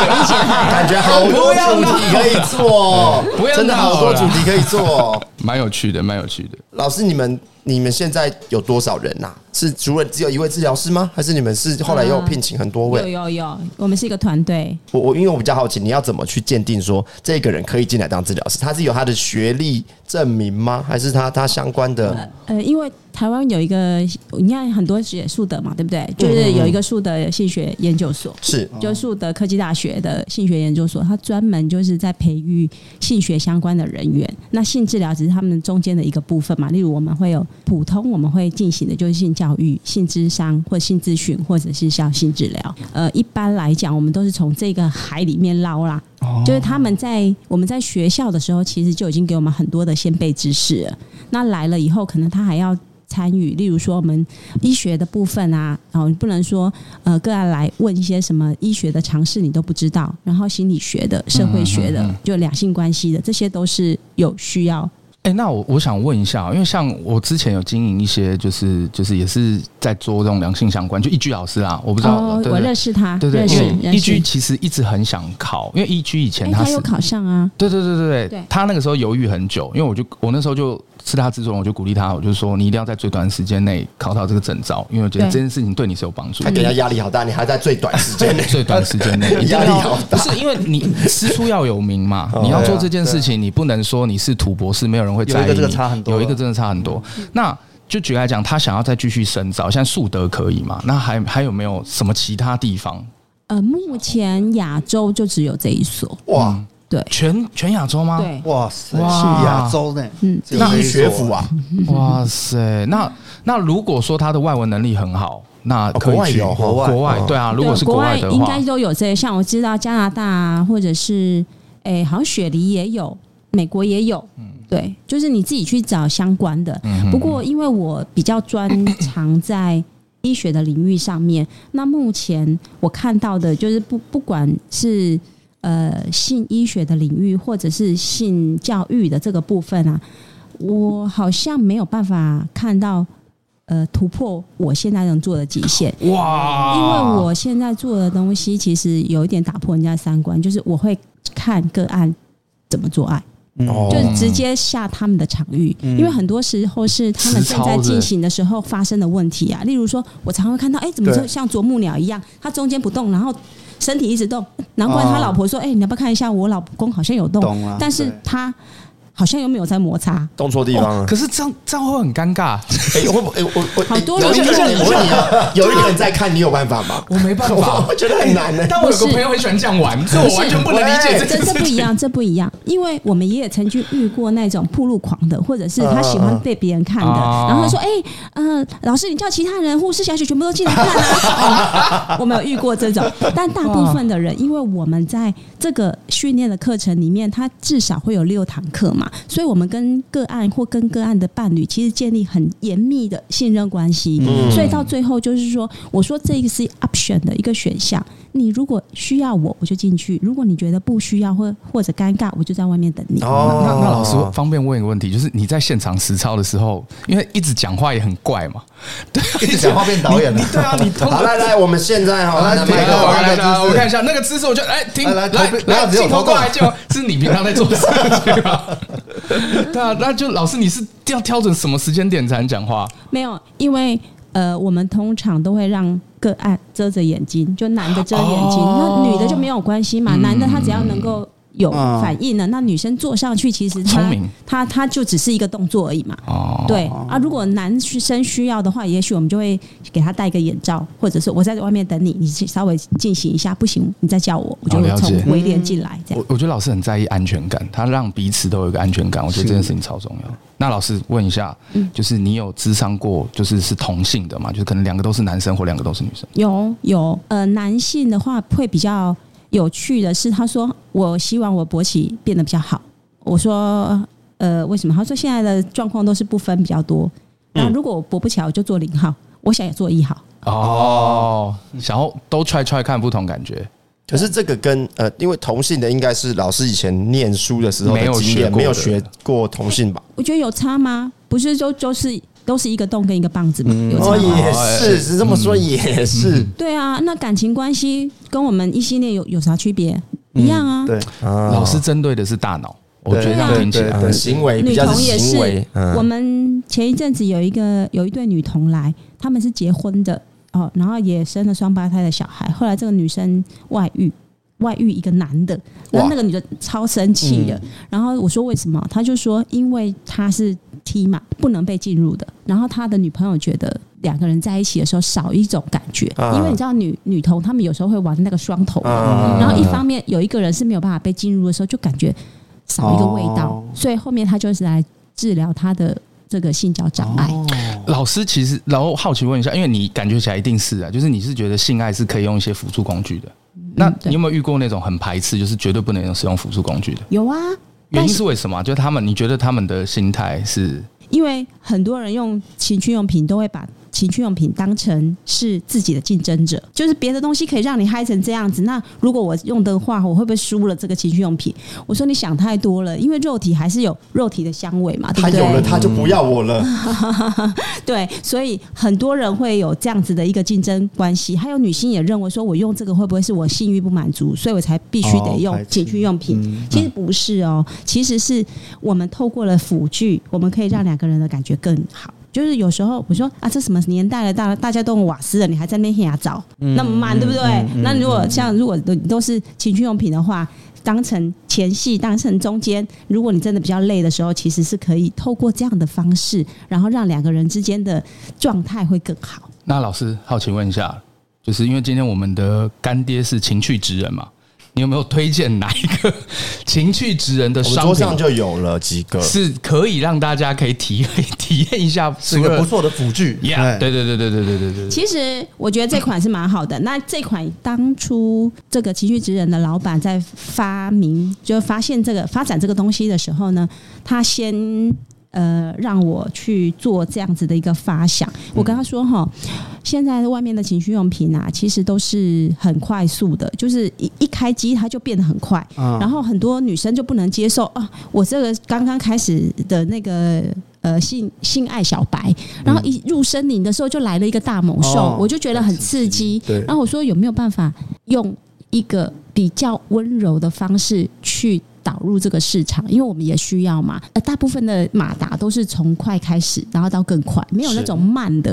Speaker 1: 感觉好多
Speaker 3: 不要
Speaker 1: 主
Speaker 3: 闹
Speaker 1: 题可以做，
Speaker 3: 不要
Speaker 1: 真的好多
Speaker 3: 闹啦
Speaker 1: 主题可以做。
Speaker 3: 蛮有趣的，蛮有趣的。
Speaker 1: 老师，你们你们现在有多少人呐、是除了只有一位治疗师吗？还是你们是后来又聘请很多
Speaker 4: 嗯有
Speaker 1: 位？
Speaker 4: 有有，我们是一个团队，
Speaker 1: 我我因为我比较好奇，你要怎么去鉴定说这个人可以进来当治疗师？他是有他的学历证明吗？还是他他相关的？
Speaker 4: 呃，因为台湾有一个，你看很多写树德嘛，对不对？就是有一个树德性学研究所，
Speaker 1: 是
Speaker 4: 就树德科技大学的性学研究所，它专门就是在培育性学相关的人员。那性治疗只是他们中间的一个部分嘛。例如，我们会有普通我们会进行的就是性教育、性智商或性咨询，或者是像性治疗。呃，一般来讲，我们都是从这个海里面捞啦。就是他们在我们在学校的时候，其实就已经给我们很多的先辈知识了。那来了以后，可能他还要参与，例如说我们医学的部分啊，哦，你不能说呃个案来问一些什么医学的常识你都不知道，然后心理学的、社会学的，
Speaker 3: 嗯嗯嗯
Speaker 4: 就两性关系的，这些都是有需要。
Speaker 3: 哎、那我我想问一下，因为像我之前有经营一些，就是就是也是在做这种良性相关，就一居老师啦，我不知道，
Speaker 4: 哦，
Speaker 3: 对
Speaker 4: 我
Speaker 3: 对
Speaker 4: 认识他，
Speaker 3: 对对，
Speaker 4: 认
Speaker 3: 因
Speaker 4: 识
Speaker 3: 为
Speaker 4: 认
Speaker 3: 一
Speaker 4: 识
Speaker 3: 居，其实一直很想考，因为一居以前
Speaker 4: 哎，
Speaker 3: 他
Speaker 4: 他
Speaker 3: 是
Speaker 4: 有考上啊，
Speaker 3: 对对对对对
Speaker 4: 对，
Speaker 3: 他那个时候犹豫很久，因为我就我那时候就是他自尊，我就鼓励他，我就说你一定要在最短时间内考到这个证照，因为我觉得
Speaker 4: 对
Speaker 3: 这件事情对你是有帮助
Speaker 1: 他
Speaker 3: 的。
Speaker 1: 给人家压力好大，你还在最短时 间内
Speaker 3: 最短时间内 一定
Speaker 1: 压力
Speaker 3: 要
Speaker 1: 好
Speaker 3: 不是因为你师出要有名嘛
Speaker 2: 啊
Speaker 1: 哦，
Speaker 3: 你要做这件事情，你不能说你是土博士，没有人会在意你。
Speaker 2: 有一个这个差很多
Speaker 3: 有一个真的差很多。
Speaker 4: 嗯
Speaker 3: 那就举例来讲，他想要再继续深造，像树德可以嘛？那还还有没有什么其他地方？
Speaker 4: 呃，目前亚洲就只有这一所，
Speaker 1: 哇！
Speaker 4: 对
Speaker 3: 全全亚洲吗？
Speaker 4: 对，
Speaker 2: 哇塞，
Speaker 3: 嗯哇
Speaker 2: 是亚洲呢，
Speaker 4: 嗯
Speaker 2: 只有
Speaker 1: 第
Speaker 2: 这
Speaker 1: 一
Speaker 2: 一
Speaker 1: 学
Speaker 2: 所
Speaker 1: 府啊，
Speaker 3: 哇塞，那那如果说他的外文能力很好，那可以去
Speaker 1: 哦国
Speaker 3: 国
Speaker 1: 外有
Speaker 3: 外
Speaker 1: 国外哦
Speaker 3: 对啊，如
Speaker 4: 对，
Speaker 3: 果是国外的
Speaker 4: 应
Speaker 3: 话
Speaker 4: 该，都有这些，像我知道加拿大啊，或者是诶、好像雪梨也有，美国也有，
Speaker 3: 嗯
Speaker 4: 对，就是你自己去找相关的。不过因为我比较专长在医学的领域 上面，那目前我看到的就是不不管是。呃，性医学的领域或者是性教育的这个部分啊，我好像没有办法看到呃突破我现在能做的极限。
Speaker 3: 哇，
Speaker 4: 因为我现在做的东西其实有一点打破人家三观，就是我会看个案怎么做爱，
Speaker 1: 哦
Speaker 4: 就是直接下他们的场域，
Speaker 2: 嗯
Speaker 4: 因为很多时候是他们正在进行的时候发生的问题
Speaker 2: 嗯
Speaker 4: 啊。例如说，我常会看到，哎、怎么
Speaker 1: 对
Speaker 4: 就像啄木鸟一样，它中间不动，然后身体一直动，难怪他
Speaker 2: 哦
Speaker 4: 老婆说，哎、你要不要看一下我老公好像有动，
Speaker 2: 懂了。
Speaker 4: 但是
Speaker 2: 对
Speaker 4: 他好像又没有在摩擦。
Speaker 1: 动错地方了。啊
Speaker 3: 可是这样这样会很 尴尬，
Speaker 1: 哎、我哦我哎我我
Speaker 4: 好多
Speaker 1: 有
Speaker 4: 人
Speaker 1: 一个
Speaker 4: 在
Speaker 1: 人，我问你啊，有一个人在看，你有办法吗？，
Speaker 3: 我没办 法
Speaker 1: 我觉得很难呢、
Speaker 3: 但我有
Speaker 4: 不
Speaker 3: 个
Speaker 4: 是
Speaker 3: 朋友很喜欢这样玩， 这我完全不能理
Speaker 1: 不
Speaker 3: 解
Speaker 1: 是
Speaker 3: 这
Speaker 4: 这
Speaker 3: 件
Speaker 4: 这
Speaker 3: 事
Speaker 4: 不一
Speaker 3: 情。
Speaker 4: 样，这不一样，因为我们也曾经遇过那种铺路狂的，或者是他喜欢被别人看的，
Speaker 3: 啊
Speaker 4: 然后他说：“哎、嗯，老师，你叫其他人护士、小姐全部都进来看啊！” 嗯我们有遇过这种，但大部分的人，因为我们在这个训练的课程里面，他至少会有六堂课嘛，所以我们跟个案或跟个案的伴侣，其实建立很严密的信任关系，所以到最后就是说，我说这个是 option 的一个选项。你如果需要我，我就进去；如果你觉得不需要或或者尴尬，我就在外面等你。
Speaker 3: 那
Speaker 1: 哦，
Speaker 3: 那老师方便问一个问题，就是你在现场实操的时候，因为一直讲话也很怪嘛，对，一直
Speaker 2: 讲话变导演了
Speaker 3: 你对啊，你通
Speaker 1: 好，
Speaker 3: 常
Speaker 1: 来来，我们现在哈，
Speaker 3: 来
Speaker 1: 拿麦克
Speaker 3: 来
Speaker 1: 风
Speaker 3: 来
Speaker 1: 那个
Speaker 3: 来，
Speaker 1: 姿势
Speaker 3: 我看一下那个姿势，我就哎听
Speaker 2: 来来
Speaker 3: 来
Speaker 2: 头不不要
Speaker 3: 来
Speaker 2: 只有啊
Speaker 3: 镜头
Speaker 2: 头
Speaker 3: 过
Speaker 2: 动
Speaker 3: 来就是你平常在做的事情吧？ 对啊，那就老师你是要挑准什么时间点才能讲话？
Speaker 4: 没有，因为呃，我们通常都会让个案遮着眼睛，就男的遮眼睛，
Speaker 3: 哦
Speaker 4: 那女的就没有关系
Speaker 3: 嗯
Speaker 4: 嘛。男的他只要能够有反应了，那女生坐上去，其实
Speaker 3: 聪
Speaker 4: 她
Speaker 3: 明
Speaker 4: 她她就只是一个动作而已嘛。
Speaker 3: 哦，
Speaker 4: 对啊，如果男生需要的话，也许我们就会给他戴一个眼罩，或者是我在外面等你，你稍微进行一下，不行你再叫我，我就
Speaker 3: 哦了解嗯
Speaker 4: 从围帘进来这样
Speaker 3: 我。我觉得老师很在意安全感，他让彼此都有一个安全感，我觉得这件事情超重要。那老师问一下，就是你有智商过，就是是同性的嘛？就是可能两个都是男生或两个都是女生。
Speaker 4: 有有，呃，男性的话会比较有趣的是，他说我希望我勃起变得比较好。我说呃，为什么？他说现在的状况都是不分比较多。那如果我勃不起来，我就做零号，我想也做一号。
Speaker 3: 哦，想要都踹踹看不同感觉，
Speaker 1: 可是这个跟呃，因为同性的应该是老师以前念书的时候的
Speaker 3: 没有
Speaker 1: 经
Speaker 3: 学
Speaker 1: 验，
Speaker 3: 过
Speaker 1: 没有
Speaker 3: 的
Speaker 1: 学过同性吧？
Speaker 4: 我觉得有差吗？不是就就是都是一个洞跟一个棒子嘛，
Speaker 3: 嗯
Speaker 4: 有差
Speaker 1: 哦，
Speaker 4: 吗？
Speaker 1: 也是，是这么说也是
Speaker 4: 对啊，那感情关系跟我们异性恋有有啥区别？一样啊，
Speaker 2: 嗯对，
Speaker 1: 啊
Speaker 3: 嗯老师针对的是大脑，我觉得这样
Speaker 4: 对
Speaker 3: 听起来
Speaker 2: 对
Speaker 1: 啊行为比
Speaker 4: 女
Speaker 1: 较
Speaker 4: 童也
Speaker 1: 行为
Speaker 4: 是，，我
Speaker 1: 嗯，
Speaker 4: 们前一阵子有一个有一对女童来，他们是结婚的哦，然后也生了双胞胎的小孩。后来这个女生外遇，外遇一个男的，然后那个女的超生气的。然后我说为什么？她就说因为他是 T 嘛，不能被进入的。然后他的女朋友觉得。两个人在一起的时候少一种感觉，
Speaker 1: 啊
Speaker 4: 因为你知道女女童她们有时候会玩那个双头嘛，
Speaker 1: 啊
Speaker 4: 然后一方面有一个人是没有办法被进入的时候，就感觉少一个味道，
Speaker 2: 哦
Speaker 4: 所以后面他就是来治疗他的这个性交障碍。
Speaker 2: 哦
Speaker 3: 老师其实，然后好奇问一下，因为你感觉起来一定是啊，就是你是觉得性爱是可以用一些辅助工具的。那
Speaker 4: 嗯对
Speaker 3: 你有没有遇过那种很排斥，就是绝对不能使用辅助工具的？
Speaker 4: 有啊，
Speaker 3: 原
Speaker 4: 但
Speaker 3: 因
Speaker 4: 是
Speaker 3: 是为什么啊？就是他们，你觉得他们的心态是
Speaker 4: 因为很多人用情趣用品都会把情趣用品当成是自己的竞争者，就是别的东西可以让你嗨成这样子。那如果我用的话，我会不会输了这个情趣用品？我说你想太多了，因为肉体还是有肉体的香味嘛，对
Speaker 1: 他
Speaker 4: 不对？
Speaker 1: 有了，他就不要我了。
Speaker 3: 嗯
Speaker 4: 对，所以很多人会有这样子的一个竞争关系。还有女性也认为说，我用这个会不会是我性欲不满足，所以我才必须得
Speaker 2: 哦
Speaker 4: 用
Speaker 2: 排斥
Speaker 4: 情趣用品？其实不是哦，其实是我们透过了辅具，我们可以让两个人的感觉更好。就是有时候我说啊，这什么年代了，大大家都用瓦斯了，你还在那边瞎找，那么慢，对不对？那如果像如果都都是情趣用品的话，当成前戏，当成中间。如果你真的比较累的时候，其实是可以透过这样的方式，然后让两个人之间的状态会更好。
Speaker 3: 那老师，好奇问一下，就是因为今天我们的干爹是情趣职人嘛，你有没有推荐哪一个情趣职人的
Speaker 1: 我们
Speaker 3: 商
Speaker 1: 桌
Speaker 3: 品
Speaker 1: 上就有了几个，
Speaker 3: 是可以让大家可以体验体验一下？
Speaker 2: 是一个不错的辅具。哎
Speaker 3: ，Yeah，对对对对对对对对对。
Speaker 4: 其实我觉得这款是蛮好的。那这款当初这个情绪职人的老板在发明，就发现这个发展这个东西的时候呢，他先呃让我去做这样子的一个发想。我跟他说哈，现在外面的情绪用品啊，其实都是很快速的，就是一一开机它就变得很快，
Speaker 2: 嗯
Speaker 4: 然后很多女生就不能接受啊，我这个刚刚开始的那个。呃，性性爱小白，然后一入森林的时候就来了一个大猛兽，
Speaker 2: 哦
Speaker 4: 我就觉得很刺激。
Speaker 2: 对
Speaker 4: 然后我说有没有办法用一个比较温柔的方式去导入这个市场？因为我们也需要嘛。呃，大部分的马达都是从快开始，然后到更快，没有那种慢 的。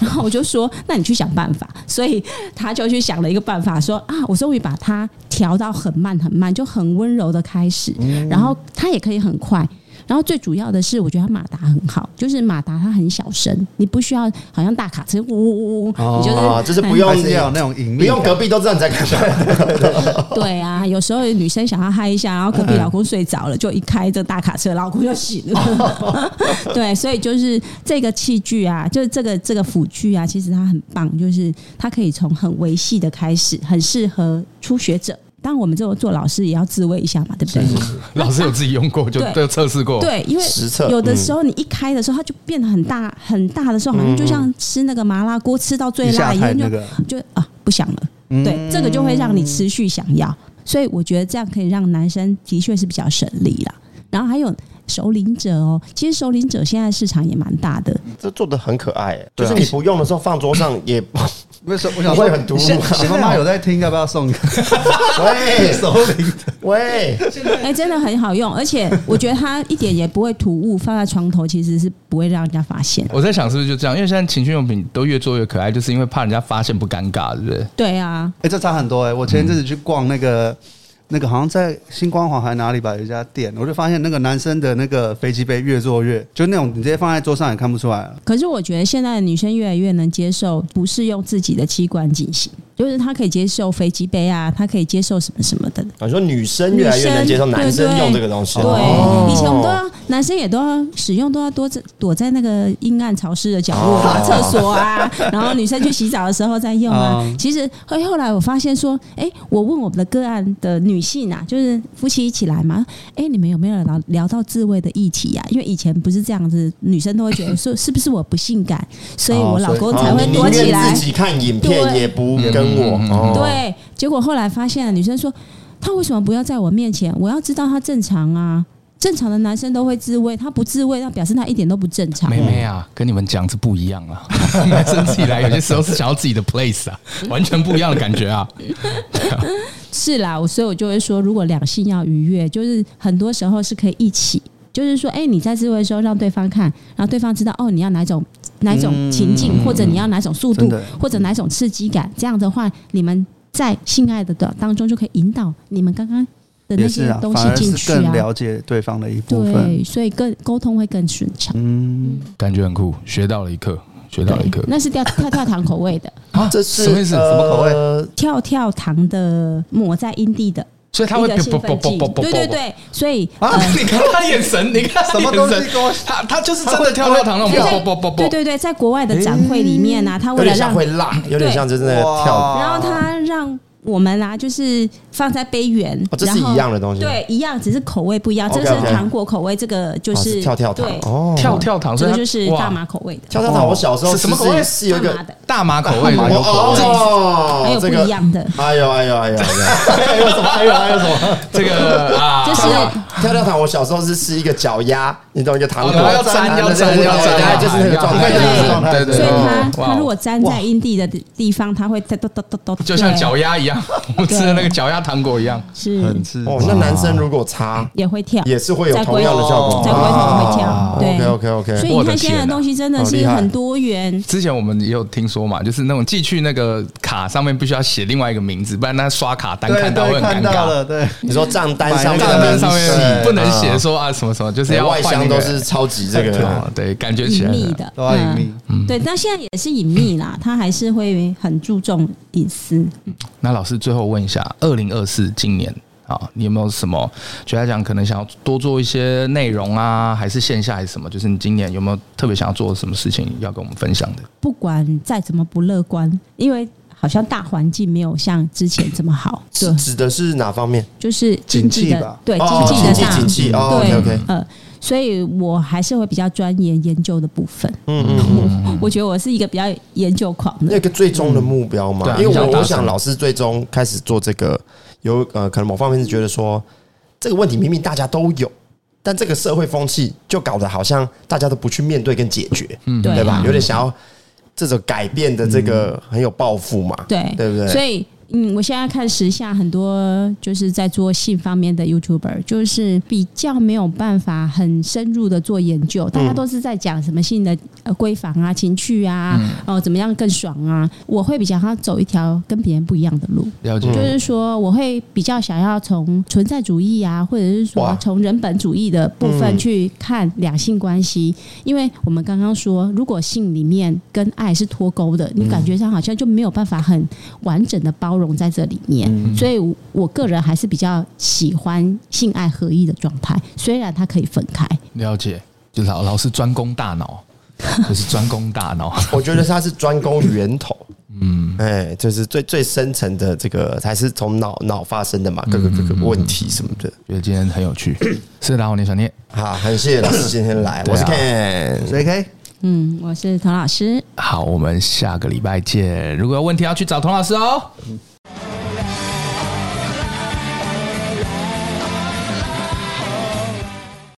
Speaker 4: 然后我就说，那你去想办法。所以他就去想了一个办法，说啊，我终于把它调到很慢很慢，就很温柔的开始，
Speaker 1: 嗯
Speaker 4: 然后它也可以很快。然后最主要的是，我觉得它马达很好，就是马达它很小声，你不需要好像大卡车呜呜呜呜，你就是、
Speaker 1: 啊，就是不
Speaker 2: 还
Speaker 1: 用
Speaker 2: 是要有那种隐
Speaker 1: 不
Speaker 2: 秘感，
Speaker 1: 用隔壁都知道你在干
Speaker 3: 啊
Speaker 1: 嘛。
Speaker 4: 对啊，有时候女生想要嗨一下，然后隔壁老公睡着了，就一开这大卡车，老公就醒 了。对，所以就是这个器具啊，就是这个这个辅具啊，其实它很棒，就是它可以从很维系的开始，很适合初学者。当然，我们这种做老师也要自慰一下嘛，对不对？
Speaker 3: 老师有自己用过，就
Speaker 4: 对
Speaker 3: 都测试过。
Speaker 4: 对，因为
Speaker 1: 实测
Speaker 4: 有的时候你一开的时候，它就变得很大很大的时候，好像
Speaker 1: 嗯
Speaker 4: 就像吃那个麻辣锅吃到最
Speaker 2: 一下
Speaker 4: 辣以
Speaker 2: 太
Speaker 4: 后，就
Speaker 2: 那个，
Speaker 4: 就啊不想了。对，这个就会让你持续想要，所以我觉得这样可以让男生的确是比较省力啦。然后还有首领者哦，其实首领者现在市场也蛮大的，
Speaker 1: 这做的很可爱、欸就
Speaker 2: 对啊
Speaker 1: 是你不用的时候放桌上 也，
Speaker 2: 为什么我想
Speaker 1: 不
Speaker 2: 说
Speaker 1: 会很突兀
Speaker 2: 你现
Speaker 1: 吗
Speaker 2: 你妈妈有在听，要不要送一个
Speaker 1: 喂
Speaker 2: 手铃？
Speaker 1: 喂，
Speaker 4: 哎、真的很好用，而且我觉得它一点也不会突兀，放在床头其实是不会让人家发现。
Speaker 3: 我在想是不是就这样，因为现在情趣用品都越做越可爱，就是因为怕人家发现不尴尬，对不对？
Speaker 4: 对啊，
Speaker 2: 哎、这差很多哎、我前一阵子去逛那个、那个，好像在星光华还哪里吧，有一家店，我就发现那个男生的那个飞机杯越做越，就那种你直接放在桌上也看不出来了。
Speaker 4: 可是我觉得现在的女生越来越能接受不是用自己的器官进行，就是她可以接受飞机杯啊，她可以接受什么什么的。
Speaker 1: 我说女生越来越能接受
Speaker 4: 女生
Speaker 1: 男生
Speaker 4: 对
Speaker 1: 用这个东西，
Speaker 4: 对，
Speaker 1: 哦
Speaker 4: 以前我们都要男生也都要使用，都要多躲在那个阴暗潮湿的角落啊、
Speaker 1: 哦
Speaker 4: 厕所啊， 然后女生去洗澡的时候再用啊
Speaker 1: 哦
Speaker 2: 嗯。
Speaker 4: 其实后后来我发现说，哎，我问我们的个案的女性啊，就是夫妻一起来嘛，哎，你们有没有聊聊到自慰的议题啊？因为以前不是这样子，女生都会觉得说是不是我不性感，所以
Speaker 2: 哦
Speaker 4: 我老
Speaker 2: 所
Speaker 4: 公
Speaker 2: 以
Speaker 4: 才会
Speaker 1: 哦你
Speaker 4: 躲
Speaker 1: 宁
Speaker 4: 起
Speaker 1: 愿
Speaker 4: 来
Speaker 1: 自。己看影片
Speaker 4: 对
Speaker 1: 也不跟我，
Speaker 3: 嗯
Speaker 1: 哦，
Speaker 4: 对，结果后来发现女生说，她为什么不要在我面前？我要知道她正常啊。正常的男生都会自慰，他不自慰，那表示他一点都不正常。
Speaker 3: 妹妹啊，跟你们讲是不一样啊， 男生自己来有些时候是想要自己的 place 啊，完全不一样的感觉啊。
Speaker 4: 是啦，我所以我就会说，如果两性要愉悦，就是很多时候是可以一起，就是说，哎、你在自慰的时候让对方看，然后对方知道哦，你要哪种哪种情境，或者你要哪种速
Speaker 2: 嗯真
Speaker 4: 度
Speaker 2: 的，
Speaker 4: 或者哪种刺激感，这样的话，你们在性爱的当中就可以引导你们刚刚的那
Speaker 2: 也是
Speaker 4: 些
Speaker 2: 啊，
Speaker 4: 东
Speaker 2: 反
Speaker 4: 西
Speaker 2: 而
Speaker 4: 进
Speaker 2: 是
Speaker 4: 去
Speaker 2: 更
Speaker 4: 啊。
Speaker 2: 了解对方的一部分。
Speaker 4: 对，所以更沟通会更顺畅。
Speaker 2: 嗯，
Speaker 3: 感觉很酷，学到了一课，学到了一课
Speaker 4: 对。那 是跳跳跳糖口味的，
Speaker 3: 啊
Speaker 1: 这是呃
Speaker 3: 什么意思？
Speaker 4: 呃
Speaker 3: 什么口味？
Speaker 1: 味？
Speaker 4: 跳跳糖的抹在阴蒂的
Speaker 3: 所以他
Speaker 4: 一
Speaker 3: 会
Speaker 1: 哎
Speaker 4: 个兴奋剂。对对，呃对，所以
Speaker 3: 啊！你看他眼神，你看他
Speaker 2: 什么
Speaker 3: 眼
Speaker 2: 东西
Speaker 3: 神，
Speaker 2: 跟我
Speaker 3: 他他就是真的跳跳糖那种
Speaker 4: 他会
Speaker 3: 啵啵啵啵
Speaker 4: 对
Speaker 3: 啵。
Speaker 4: 对对，在国外的展会里面啊，他
Speaker 1: 哎有
Speaker 4: 为了
Speaker 1: 点像
Speaker 4: 让，
Speaker 1: 会辣，
Speaker 3: 嗯
Speaker 1: 有点像就是那个跳，哦
Speaker 4: 然后他让我们啊，就是放在杯缘，
Speaker 1: 哦，这
Speaker 4: 然
Speaker 1: 是
Speaker 4: 后
Speaker 1: 一样的东西，哦
Speaker 4: 对，一样，只是口味不一样。这个是
Speaker 1: OK，OK
Speaker 4: 糖果口味，这个就
Speaker 1: 哦，
Speaker 4: 是
Speaker 1: 跳跳糖
Speaker 4: 对，
Speaker 1: 哦，
Speaker 3: 跳跳糖，
Speaker 4: 这
Speaker 3: 所以
Speaker 4: 个
Speaker 3: 它
Speaker 4: 就是
Speaker 3: 哇
Speaker 4: 大麻口味的，
Speaker 1: 跳跳糖。我小时候
Speaker 3: 是什么口味
Speaker 1: 是是有一个
Speaker 4: 大麻的，
Speaker 3: 大麻口味的
Speaker 2: 大麻有口味
Speaker 1: 哦，
Speaker 4: 还有不
Speaker 1: 这个
Speaker 4: 一样的，
Speaker 1: 哎呦哎呦哎呦！ 还有什么？还有还有什么？
Speaker 3: 这个啊，
Speaker 4: 就是
Speaker 1: 跳跳糖，我小时候是吃一个脚丫，你懂一个糖果，
Speaker 3: 哦要粘要粘要粘
Speaker 1: 哎就是那个状态，
Speaker 3: 对
Speaker 1: 就是那个状态。
Speaker 3: 对对哦
Speaker 4: 所以它
Speaker 3: 哇
Speaker 4: 它如果粘在阴蒂的地方，它会哒哒哒哒哒，
Speaker 3: 就像
Speaker 4: 对
Speaker 3: 脚丫一样，我吃的那个脚丫糖果一样。
Speaker 4: 是
Speaker 2: 很刺激。
Speaker 1: 哦，那男生如果擦
Speaker 4: 也会跳，
Speaker 1: 也是会有同样的效果。啊
Speaker 4: 在龟头会跳，对
Speaker 1: OK OK OK，
Speaker 4: 所以
Speaker 3: 我
Speaker 4: 你
Speaker 3: 的
Speaker 4: 看现在
Speaker 3: 天
Speaker 4: 的
Speaker 3: 哪
Speaker 4: 东西真的
Speaker 1: 好厉
Speaker 4: 是
Speaker 1: 害
Speaker 4: 很多元，
Speaker 3: 之前我们也有听说嘛，就是那种寄去那个卡上面必须要写另外一个名字，不然他刷卡单看到会
Speaker 2: 对，
Speaker 3: 很尴
Speaker 2: 看到
Speaker 3: 尬。
Speaker 2: 了，对，
Speaker 1: 你说账单上面
Speaker 3: 账单上面
Speaker 1: 对
Speaker 3: 不能写说啊什么什么，就是要
Speaker 1: 哎外
Speaker 3: 换
Speaker 1: 箱
Speaker 3: 那个
Speaker 1: 都是超级这
Speaker 3: 对
Speaker 1: 个
Speaker 3: 啊对，感觉起
Speaker 4: 隐
Speaker 3: 来
Speaker 4: 秘的，
Speaker 2: 都要隐秘。
Speaker 4: 嗯对，但现在也是隐秘啦，他还是会很注重隐私。
Speaker 3: 那老师最后问一下，二零二四今年啊，你有没有什么觉得讲可能想要多做一些内容啊，还是线下还是什么？就是你今年有没有特别想要做什么事情要跟我们分享的？
Speaker 4: 不管再怎么不乐观，因为好像大环境没有像之前这么好，对
Speaker 1: 是，指的是哪方面？
Speaker 4: 就是经济
Speaker 2: 景气
Speaker 4: 的
Speaker 2: 吧，
Speaker 4: 对经
Speaker 1: 哦
Speaker 4: 济的
Speaker 1: 经济
Speaker 4: 大，
Speaker 1: 景气哦
Speaker 4: 对
Speaker 1: OK，OK
Speaker 4: 呃，所以我还是会比较钻研研究的部分。
Speaker 1: 嗯嗯嗯。
Speaker 4: 我觉得我是一个比较研究狂的
Speaker 1: 那个最终的目标嘛
Speaker 3: 嗯对，啊
Speaker 1: 因为
Speaker 3: 你想
Speaker 1: 我
Speaker 3: 达
Speaker 1: 我
Speaker 3: 成
Speaker 1: 想老师最终开始做这个，有呃，可能某方面是觉得说这个问题明明大家都有，但这个社会风气就搞得好像大家都不去面对跟解决，
Speaker 3: 嗯
Speaker 4: 对
Speaker 1: 对吧？有点想要这种改变的这个很有抱负嘛，
Speaker 4: 嗯对
Speaker 1: 对不对？
Speaker 4: 所以，嗯，我现在看时下很多就是在做性方面的 YouTuber，就是比较没有办法很深入的做研究，
Speaker 1: 嗯
Speaker 4: 大家都是在讲什么性的呃闺房啊、情趣啊，
Speaker 1: 嗯
Speaker 4: 哦、怎么样更爽啊。我会比较想要走一条跟别人不一样的路。
Speaker 3: 了解，
Speaker 4: 就是说，我会比较想要从存在主义啊，或者是
Speaker 1: 哇
Speaker 4: 说从人本主义的部分去看两性关系，因为我们刚刚说，如果性里面跟爱是脱钩的，你感觉上好像就没有办法很完整的包容在这里面，所以我我个人还是比较喜欢性爱合一的状态，虽然它可以分开，
Speaker 3: 了解，就是老老师专攻大脑，就是专攻大脑。
Speaker 1: 我觉得他是专攻源头，嗯，哎，就是最最深层的这个，才是从脑脑发生的嘛，各个各个问题什么的。
Speaker 3: 觉得今天很有趣，是然后你想念，
Speaker 1: 好，很谢谢老师今天来，我是
Speaker 3: 对
Speaker 1: Ken。
Speaker 2: 谁可以？
Speaker 4: 嗯，我是唐老师，
Speaker 3: 好，我们下个礼拜见。如果有问题要去找童老师哦。